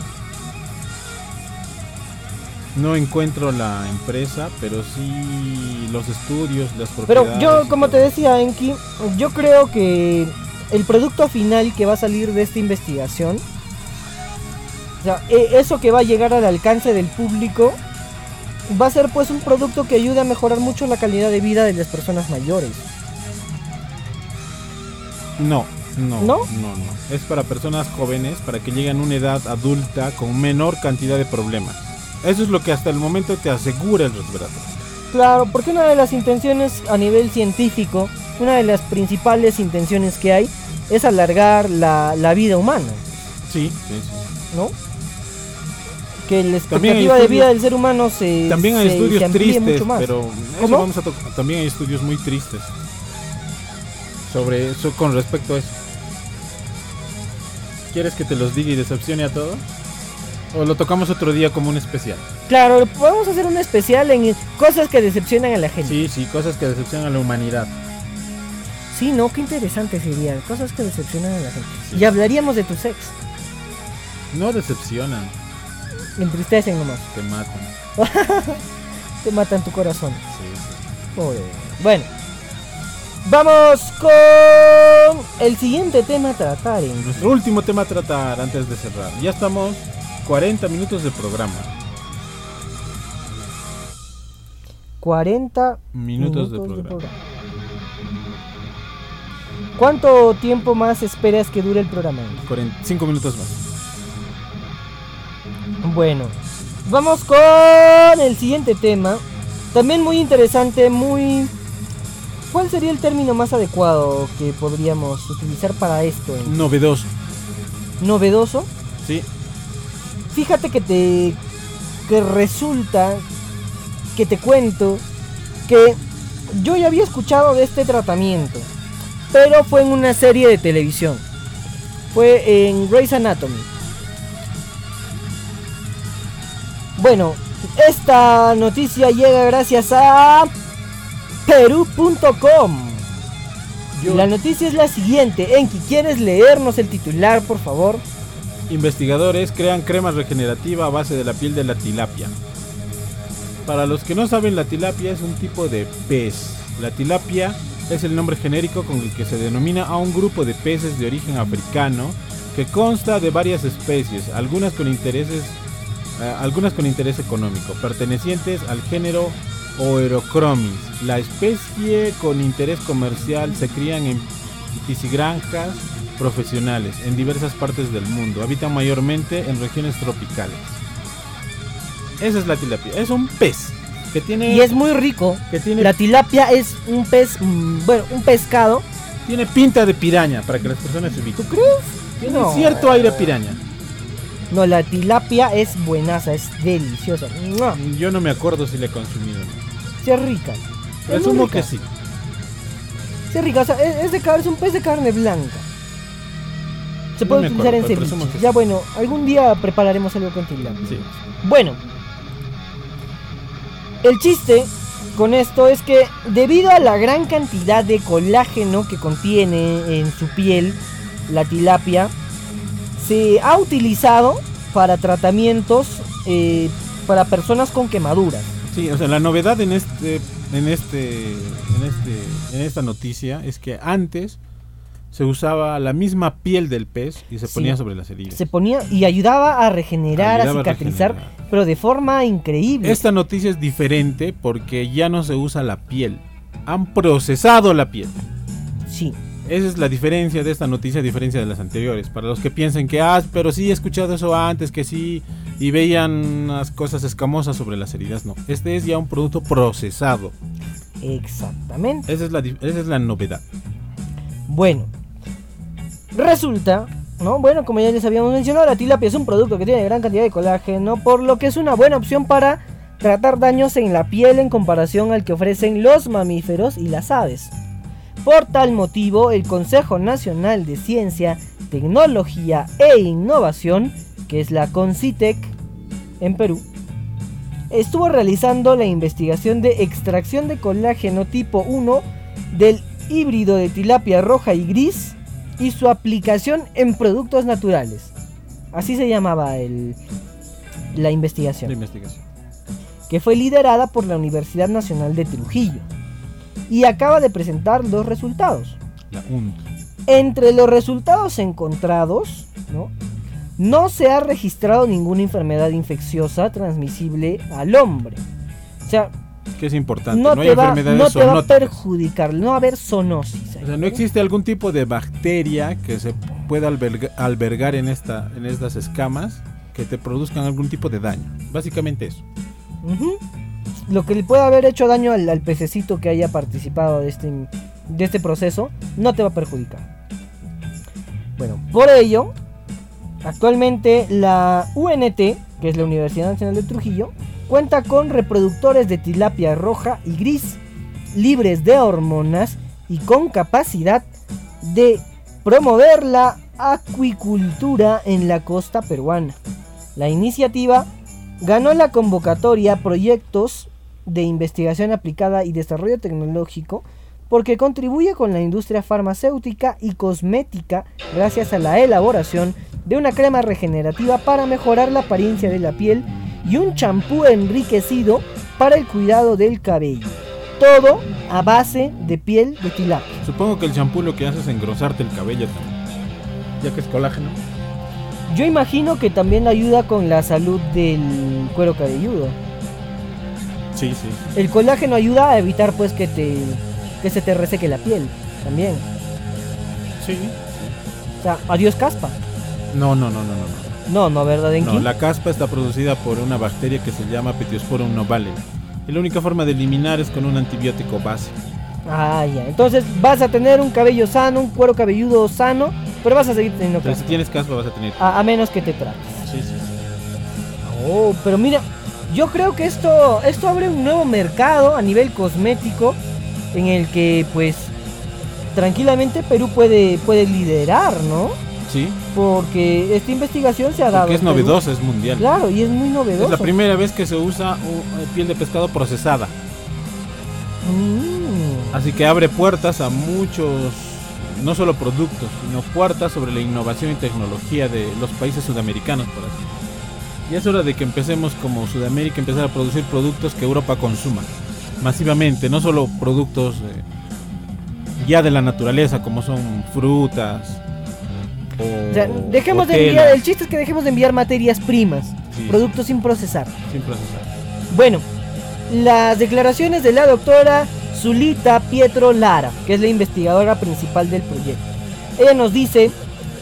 [SPEAKER 2] No encuentro la empresa, pero sí los estudios, las propiedades.
[SPEAKER 1] Pero yo,
[SPEAKER 2] y
[SPEAKER 1] como te
[SPEAKER 2] todo.
[SPEAKER 1] decía Enki, yo creo que el producto final que va a salir de esta investigación, o sea, e- eso que va a llegar al alcance del público, va a ser pues un producto que ayude a mejorar mucho la calidad de vida de las personas mayores.
[SPEAKER 2] No,
[SPEAKER 1] ¿No?
[SPEAKER 2] no, no, no, Es para personas jóvenes, para que lleguen a una edad adulta con menor cantidad de problemas. Eso es lo que hasta el momento te asegura el resveratrol.
[SPEAKER 1] Claro, porque una de las intenciones a nivel científico, una de las principales intenciones que hay, es alargar la, la vida humana,
[SPEAKER 2] Sí, sí, sí.
[SPEAKER 1] ¿no? Que la
[SPEAKER 2] También hay
[SPEAKER 1] expectativa de
[SPEAKER 2] estudios-
[SPEAKER 1] vida del ser humano se,
[SPEAKER 2] También hay
[SPEAKER 1] se-
[SPEAKER 2] estudios
[SPEAKER 1] se amplíe
[SPEAKER 2] tristes,
[SPEAKER 1] mucho más.
[SPEAKER 2] pero eso
[SPEAKER 1] ¿Cómo?
[SPEAKER 2] vamos a tocar. También hay estudios muy tristes sobre eso con respecto a eso. ¿Quieres que te los diga y decepcione a todos? ¿O lo tocamos otro día como un especial?
[SPEAKER 1] Claro, vamos a hacer un especial en cosas que decepcionan a la gente.
[SPEAKER 2] Sí, sí, cosas que decepcionan a la humanidad.
[SPEAKER 1] Sí, no, qué interesante sería. Cosas que decepcionan a la gente.
[SPEAKER 2] Sí.
[SPEAKER 1] Y hablaríamos de tu sexo.
[SPEAKER 2] No decepcionan,
[SPEAKER 1] Entristecen nomás.
[SPEAKER 2] te matan.
[SPEAKER 1] Te matan tu corazón.
[SPEAKER 2] Sí, sí.
[SPEAKER 1] Pobre. Bueno. Vamos con el siguiente tema a tratar en
[SPEAKER 2] Nuestro último tema a tratar antes de cerrar. Ya estamos 40 minutos de programa.
[SPEAKER 1] 40
[SPEAKER 2] Minutos, de programa.
[SPEAKER 1] ¿Cuánto tiempo más esperas que dure el programa?
[SPEAKER 2] 45 minutos más.
[SPEAKER 1] Bueno, vamos con el siguiente tema. También muy interesante, muy... ¿Cuál sería el término más adecuado que podríamos utilizar para esto?
[SPEAKER 2] Novedoso.
[SPEAKER 1] ¿Novedoso?
[SPEAKER 2] Sí,
[SPEAKER 1] Fíjate que te. que resulta. que te cuento. que yo ya había escuchado de este tratamiento. Pero fue en una serie de televisión. Fue en Grey's Anatomy. Bueno, esta noticia llega gracias a. Perú.com. Y
[SPEAKER 2] Yo-
[SPEAKER 1] La noticia es la siguiente. Enki, ¿quieres leernos el titular, por favor?
[SPEAKER 2] Investigadores crean crema regenerativa a base de la piel de la tilapia. Para los que no saben, la tilapia es un tipo de pez. La tilapia es el nombre genérico con el que se denomina a un grupo de peces de origen africano que consta de varias especies, algunas con intereses eh, algunas con interés económico, pertenecientes al género Oerochromis. La especie con interés comercial se crían en piscigranjas profesionales en diversas partes del mundo. Habitan mayormente en regiones tropicales. Esa es la tilapia. Es un pez que tiene
[SPEAKER 1] Y es muy rico.
[SPEAKER 2] que tiene,
[SPEAKER 1] La tilapia es un pez, mm, bueno, un pescado.
[SPEAKER 2] tiene pinta de piraña para que las personas se ubiquen. Tiene
[SPEAKER 1] No.
[SPEAKER 2] cierto aire a piraña.
[SPEAKER 1] No, la tilapia es buenaza, es deliciosa. ¡Mua!
[SPEAKER 2] Yo no me acuerdo si le he consumido. o no.
[SPEAKER 1] Sí es rica. Es muy
[SPEAKER 2] Presumo
[SPEAKER 1] rica.
[SPEAKER 2] que sí.
[SPEAKER 1] Sí es rica, o sea, es, es de car- es un pez de carne blanca. Se
[SPEAKER 2] No
[SPEAKER 1] puede
[SPEAKER 2] me
[SPEAKER 1] utilizar
[SPEAKER 2] acuerdo, pero
[SPEAKER 1] en
[SPEAKER 2] presumo que
[SPEAKER 1] ceviche.
[SPEAKER 2] sí.
[SPEAKER 1] Ya bueno, algún día prepararemos algo con tilapia.
[SPEAKER 2] Sí.
[SPEAKER 1] Bueno, el chiste con esto es que debido a la gran cantidad de colágeno que contiene en su piel la tilapia, se ha utilizado para tratamientos eh, para personas con quemaduras.
[SPEAKER 2] Sí, o sea, la novedad en este, en este, en este, en esta noticia es que antes se usaba la misma piel del pez y se
[SPEAKER 1] Sí.
[SPEAKER 2] ponía sobre las heridas.
[SPEAKER 1] Se ponía y ayudaba a regenerar,
[SPEAKER 2] Ayudaba
[SPEAKER 1] a
[SPEAKER 2] a
[SPEAKER 1] cicatrizar,
[SPEAKER 2] regenerar.
[SPEAKER 1] pero de forma increíble.
[SPEAKER 2] Esta noticia es diferente porque ya no se usa la piel, han procesado la piel.
[SPEAKER 1] Sí.
[SPEAKER 2] Esa es la diferencia de esta noticia, a diferencia de las anteriores. Para los que piensen que, ah, pero sí he escuchado eso antes, que sí, y veían las cosas escamosas sobre las heridas, no. Este es ya un producto procesado.
[SPEAKER 1] Exactamente.
[SPEAKER 2] Esa es la, dif- esa es la novedad.
[SPEAKER 1] Bueno, resulta, ¿no? Bueno, como ya les habíamos mencionado, la tilapia es un producto que tiene gran cantidad de colágeno, por lo que es una buena opción para tratar daños en la piel en comparación al que ofrecen los mamíferos y las aves. Por tal motivo, el Consejo Nacional de Ciencia, Tecnología e Innovación, que es la CONCITEC en Perú, estuvo realizando la investigación de extracción de colágeno tipo 1 del híbrido de tilapia roja y gris y su aplicación en productos naturales. Así se llamaba el- la investigación
[SPEAKER 2] La investigación.
[SPEAKER 1] que fue liderada por la Universidad Nacional de Trujillo, y acaba de presentar dos resultados.
[SPEAKER 2] La UNT.
[SPEAKER 1] Entre los resultados encontrados, ¿no? No se ha registrado ninguna enfermedad infecciosa transmisible al hombre. O sea,
[SPEAKER 2] que es importante.
[SPEAKER 1] no,
[SPEAKER 2] No, hay
[SPEAKER 1] te, va,
[SPEAKER 2] enfermedades
[SPEAKER 1] no te va a
[SPEAKER 2] zoonóticas.
[SPEAKER 1] perjudicar, no va a haber zoonosis. ahí,
[SPEAKER 2] O sea, no existe algún tipo de bacteria que se pueda alberga- albergar en, esta, en estas escamas que te produzcan algún tipo de daño. Básicamente eso.
[SPEAKER 1] Ujú. Lo que le puede haber hecho daño al, al pececito que haya participado de este, de este proceso no te va a perjudicar. Bueno, por ello, actualmente la UNT, que es la Universidad Nacional de Trujillo, cuenta con reproductores de tilapia roja y gris, libres de hormonas y con capacidad de promover la acuicultura en la costa peruana. La iniciativa ganó la convocatoria Proyectos de Investigación Aplicada y Desarrollo Tecnológico porque contribuye con la industria farmacéutica y cosmética gracias a la elaboración de una crema regenerativa para mejorar la apariencia de la piel y un champú enriquecido para el cuidado del cabello. Todo a base de piel de tilapia.
[SPEAKER 2] Supongo que el champú lo que hace es engrosarte el cabello también. Ya que es colágeno.
[SPEAKER 1] Yo imagino que también ayuda con la salud del cuero cabelludo.
[SPEAKER 2] Sí, sí.
[SPEAKER 1] El colágeno ayuda a evitar pues que te que se te reseque la piel también.
[SPEAKER 2] Sí.
[SPEAKER 1] O sea, adiós caspa.
[SPEAKER 2] No, no, no, no, no, no.
[SPEAKER 1] No, no, ¿verdad, Enki?
[SPEAKER 2] No, la caspa está producida por una bacteria que se llama Petiosporum novale. Y la única forma de eliminar es con un antibiótico base.
[SPEAKER 1] Ah, ya. Entonces vas a tener un cabello sano, un cuero cabelludo sano, pero vas a seguir teniendo
[SPEAKER 2] Pero si
[SPEAKER 1] caspa.
[SPEAKER 2] tienes caspa vas a tener.
[SPEAKER 1] A, a menos que te trates.
[SPEAKER 2] Sí, sí, sí.
[SPEAKER 1] Oh, pero mira, yo creo que esto, esto abre un nuevo mercado a nivel cosmético en el que pues tranquilamente Perú puede, puede liderar, ¿no?
[SPEAKER 2] Sí,
[SPEAKER 1] Porque esta investigación se ha dado.
[SPEAKER 2] porque es
[SPEAKER 1] en Perú.
[SPEAKER 2] novedoso, es mundial.
[SPEAKER 1] Claro, y es muy novedoso.
[SPEAKER 2] Es la primera vez que se usa uh, piel de pescado procesada.
[SPEAKER 1] Mm.
[SPEAKER 2] Así que abre puertas a muchos, no solo productos, sino puertas sobre la innovación y tecnología de los países sudamericanos, por así decirlo. Y es hora de que empecemos como Sudamérica, empezar a producir productos que Europa consuma masivamente, no solo productos eh, ya de la naturaleza, como son frutas. O,
[SPEAKER 1] O sea, dejemos
[SPEAKER 2] o
[SPEAKER 1] de enviar,
[SPEAKER 2] telas,
[SPEAKER 1] el chiste es que dejemos de enviar materias primas,
[SPEAKER 2] Sí,
[SPEAKER 1] productos sin procesar.
[SPEAKER 2] sin procesar.
[SPEAKER 1] Bueno, las declaraciones de la doctora Zulita Pietro Lara, que es la investigadora principal del proyecto. Ella nos dice,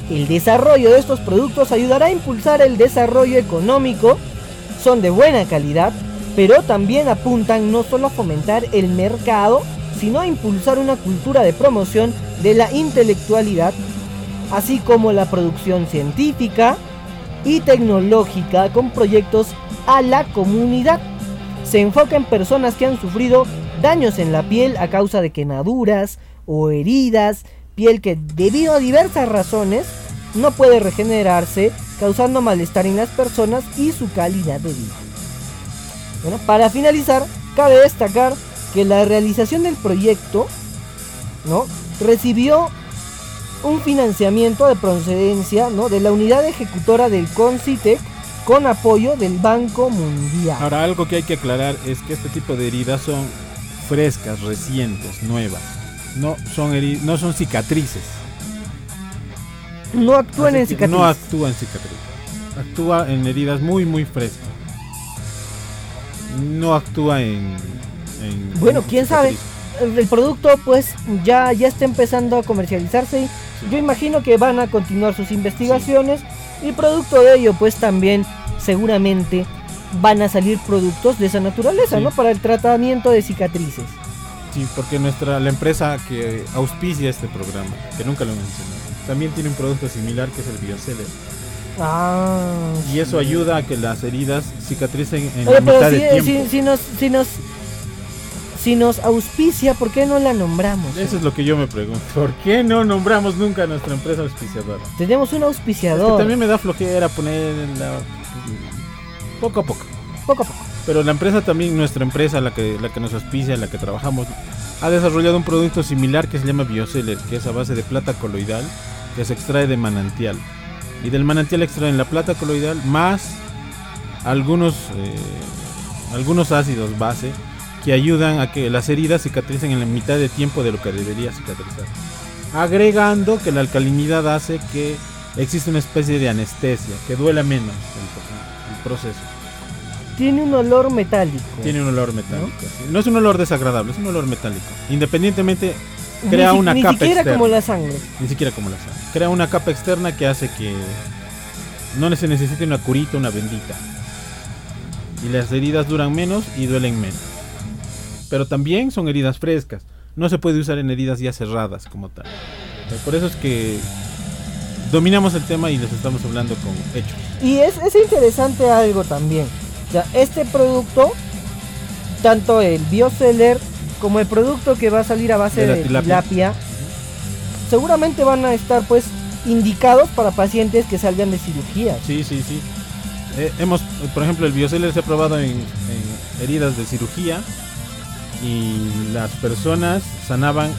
[SPEAKER 1] el desarrollo de estos productos ayudará a impulsar el desarrollo económico, son de buena calidad, pero también apuntan no solo a fomentar el mercado, sino a impulsar una cultura de promoción de la intelectualidad, así como la producción científica y tecnológica con proyectos a la comunidad. Se enfoca en personas que han sufrido daños en la piel a causa de quemaduras o heridas, piel que debido a diversas razones no puede regenerarse, causando malestar en las personas y su calidad de vida. Bueno, para finalizar, cabe destacar que la realización del proyecto ¿no? recibió un financiamiento de procedencia ¿no? de la unidad ejecutora del CONCITEC con apoyo del Banco Mundial.
[SPEAKER 2] Ahora, algo que hay que aclarar es que este tipo de heridas son frescas, recientes, nuevas. No son, heri- no son cicatrices.
[SPEAKER 1] no actúan
[SPEAKER 2] Así
[SPEAKER 1] en
[SPEAKER 2] que
[SPEAKER 1] cicatriz.
[SPEAKER 2] No actúa en cicatriz. Actúa en heridas muy, muy frescas. No actúa en. en-
[SPEAKER 1] Bueno,
[SPEAKER 2] en
[SPEAKER 1] quién sabe.
[SPEAKER 2] cicatriz.
[SPEAKER 1] el el producto pues ya, ya está empezando a comercializarse.
[SPEAKER 2] Sí.
[SPEAKER 1] Yo imagino que van a continuar sus investigaciones y producto de ello pues también seguramente van a salir productos de esa naturaleza,
[SPEAKER 2] Sí.
[SPEAKER 1] ¿no? Para el tratamiento de cicatrices.
[SPEAKER 2] Sí, porque nuestra, la empresa que auspicia este programa, que nunca lo mencioné, también tiene un producto similar que es el Bioceler.
[SPEAKER 1] Ah.
[SPEAKER 2] Y eso ayuda a que las heridas cicatricen en
[SPEAKER 1] Oye,
[SPEAKER 2] la
[SPEAKER 1] pero
[SPEAKER 2] mitad
[SPEAKER 1] si,
[SPEAKER 2] de
[SPEAKER 1] eh,
[SPEAKER 2] tiempo.
[SPEAKER 1] si, si nos, si nos si nos auspicia, ¿por qué no la nombramos?
[SPEAKER 2] Eso es lo que yo me pregunto. ¿Por qué no nombramos nunca a nuestra empresa auspiciadora?
[SPEAKER 1] Tenemos un
[SPEAKER 2] Es
[SPEAKER 1] auspiciador.
[SPEAKER 2] que también me da flojera poner la- poco a poco.
[SPEAKER 1] Poco a poco.
[SPEAKER 2] Pero la empresa también, nuestra empresa, la que, la que nos auspicia, en la que trabajamos, ha desarrollado un producto similar que se llama Bioceller, que es a base de plata coloidal que se extrae de manantial. Y del manantial extraen la plata coloidal más algunos, eh, algunos ácidos base que ayudan a que las heridas cicatricen en la mitad de tiempo de lo que debería cicatrizar. Agregando que la alcalinidad hace que existe una especie de anestesia, que duela menos el- el proceso.
[SPEAKER 1] Tiene un olor metálico.
[SPEAKER 2] Tiene un olor metálico. sí. ¿No? es un olor desagradable, es un olor metálico. Independientemente,
[SPEAKER 1] Ni
[SPEAKER 2] crea
[SPEAKER 1] si-
[SPEAKER 2] una
[SPEAKER 1] ni
[SPEAKER 2] capa
[SPEAKER 1] siquiera
[SPEAKER 2] externa.
[SPEAKER 1] como la sangre.
[SPEAKER 2] ni siquiera como la sal. Crea una capa externa que hace que no se necesite una curita, una bendita. Y las heridas duran menos y duelen menos. Pero también son heridas frescas. No se puede usar en heridas ya cerradas como tal. O sea, Por eso es que dominamos el tema y les estamos hablando con hechos.
[SPEAKER 1] Y es, es interesante algo también. O sea, este producto, tanto el bioseller como el producto que va a salir a base
[SPEAKER 2] De
[SPEAKER 1] de,
[SPEAKER 2] la
[SPEAKER 1] tilapia.
[SPEAKER 2] tilapia.
[SPEAKER 1] seguramente van a estar pues indicados para pacientes que salgan de cirugías.
[SPEAKER 2] Sí, sí, sí. Eh, hemos, por ejemplo, el bioceller se ha probado en, en heridas de cirugía, y las personas sanaban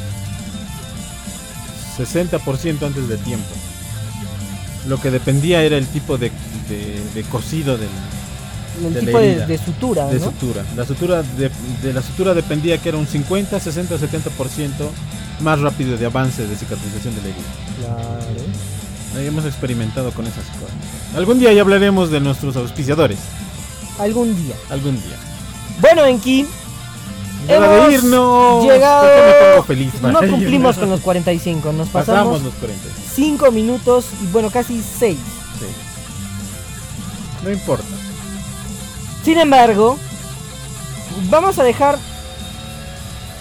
[SPEAKER 2] 60% antes de tiempo. Lo que dependía era el tipo de, de- de cosido de la,
[SPEAKER 1] El
[SPEAKER 2] de la
[SPEAKER 1] tipo de,
[SPEAKER 2] herida,
[SPEAKER 1] de sutura,
[SPEAKER 2] de
[SPEAKER 1] Ah, ¿no?
[SPEAKER 2] sutura. La sutura de, de la sutura dependía que era un 50, 60, 70% más rápido de avance de cicatrización de la herida.
[SPEAKER 1] Claro.
[SPEAKER 2] Eh, Hemos experimentado con esas cosas. Algún día ya hablaremos de nuestros auspiciadores.
[SPEAKER 1] Algún día.
[SPEAKER 2] Algún día.
[SPEAKER 1] Bueno, Enki,
[SPEAKER 2] Ya era
[SPEAKER 1] Hemos
[SPEAKER 2] de irnos.
[SPEAKER 1] llegado-
[SPEAKER 2] ¿Por qué me pongo feliz,
[SPEAKER 1] no
[SPEAKER 2] María?
[SPEAKER 1] cumplimos con los 45, nos
[SPEAKER 2] Pasamos
[SPEAKER 1] pasamos
[SPEAKER 2] los 40.
[SPEAKER 1] 5 minutos y bueno, casi 6.
[SPEAKER 2] Sí. No importa.
[SPEAKER 1] Sin embargo, vamos a dejar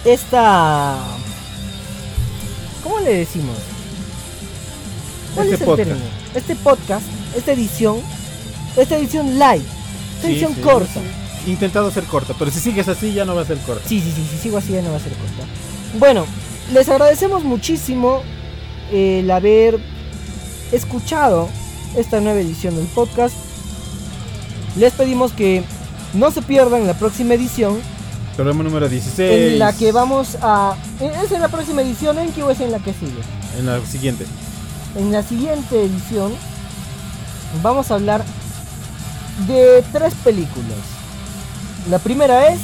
[SPEAKER 1] esta... ¿Cómo le decimos? ¿Cuál
[SPEAKER 2] Este
[SPEAKER 1] es el
[SPEAKER 2] podcast.
[SPEAKER 1] término? Este podcast, esta edición, esta edición live, esta
[SPEAKER 2] Sí,
[SPEAKER 1] edición
[SPEAKER 2] sí,
[SPEAKER 1] corta.
[SPEAKER 2] sí. Intentado ser corta, pero si sigues así ya no va a ser corta.
[SPEAKER 1] Sí, sí, sí, si sigo así ya no va a ser corta. Bueno, les agradecemos muchísimo eh, el haber escuchado esta nueva edición del podcast. Les pedimos que no se pierdan la próxima edición
[SPEAKER 2] Programa número 16.
[SPEAKER 1] en la que vamos a... e, ¿Es en la próxima edición en o es en la que sigue?
[SPEAKER 2] En la siguiente.
[SPEAKER 1] En la siguiente edición vamos a hablar de tres películas. La primera es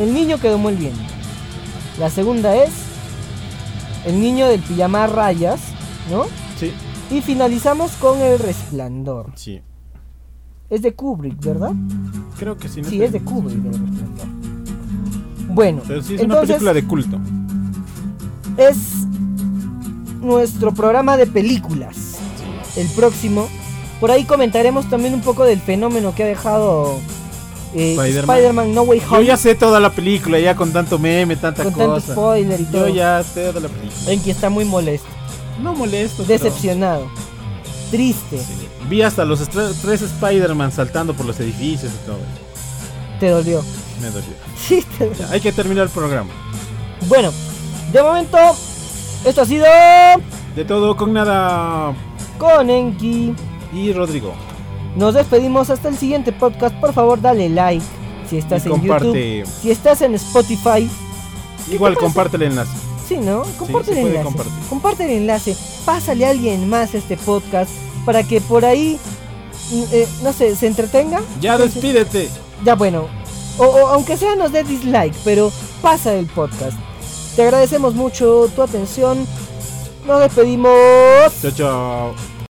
[SPEAKER 1] El niño que domó el viento. La segunda es El niño del pijama a rayas, ¿no?
[SPEAKER 2] Sí.
[SPEAKER 1] Y finalizamos con El resplandor.
[SPEAKER 2] Sí.
[SPEAKER 1] Es de Kubrick, ¿verdad?
[SPEAKER 2] Creo que Mm, sí. ¿no?
[SPEAKER 1] Sí, es de Kubrick El resplandor. Bueno,
[SPEAKER 2] Pero sí es una
[SPEAKER 1] entonces
[SPEAKER 2] película de culto.
[SPEAKER 1] es nuestro programa de películas.
[SPEAKER 2] Sí.
[SPEAKER 1] el próximo. Por ahí comentaremos también un poco del fenómeno que ha dejado eh,
[SPEAKER 2] Spider-Man.
[SPEAKER 1] Spider-Man No Way
[SPEAKER 2] Yo
[SPEAKER 1] Home
[SPEAKER 2] ya sé toda la película, ya con tanto meme, tanta
[SPEAKER 1] con tanto
[SPEAKER 2] cosa.
[SPEAKER 1] spoiler y
[SPEAKER 2] Yo
[SPEAKER 1] todo.
[SPEAKER 2] ya sé toda la película.
[SPEAKER 1] Enki está muy molesto,
[SPEAKER 2] No molesto. pero-
[SPEAKER 1] decepcionado, triste.
[SPEAKER 2] Sí. Vi hasta los estre- tres Spider-Man saltando por los edificios y todo.
[SPEAKER 1] Te dolió.
[SPEAKER 2] Me dolió.
[SPEAKER 1] Sí, te dolió.
[SPEAKER 2] Ya, hay que terminar el programa.
[SPEAKER 1] Bueno, de momento, esto ha sido
[SPEAKER 2] De todo con nada.
[SPEAKER 1] con Enki.
[SPEAKER 2] Y Rodrigo.
[SPEAKER 1] Nos despedimos hasta el siguiente podcast. Por favor, dale like si estás
[SPEAKER 2] y
[SPEAKER 1] en YouTube.
[SPEAKER 2] comparte.
[SPEAKER 1] Si estás en Spotify,
[SPEAKER 2] Igual
[SPEAKER 1] te parece?
[SPEAKER 2] comparte el enlace.
[SPEAKER 1] Sí, ¿no? Comparte el
[SPEAKER 2] se puede
[SPEAKER 1] enlace.
[SPEAKER 2] compartir.
[SPEAKER 1] Comparte el enlace. Pásale a alguien más este podcast para que por ahí, mm, eh, no sé, se entretenga.
[SPEAKER 2] Ya
[SPEAKER 1] Entonces,
[SPEAKER 2] despídete.
[SPEAKER 1] Ya bueno. O, o aunque sea nos dé dislike, pero pasa el podcast. Te agradecemos mucho tu atención. Nos despedimos.
[SPEAKER 2] Chao, chao.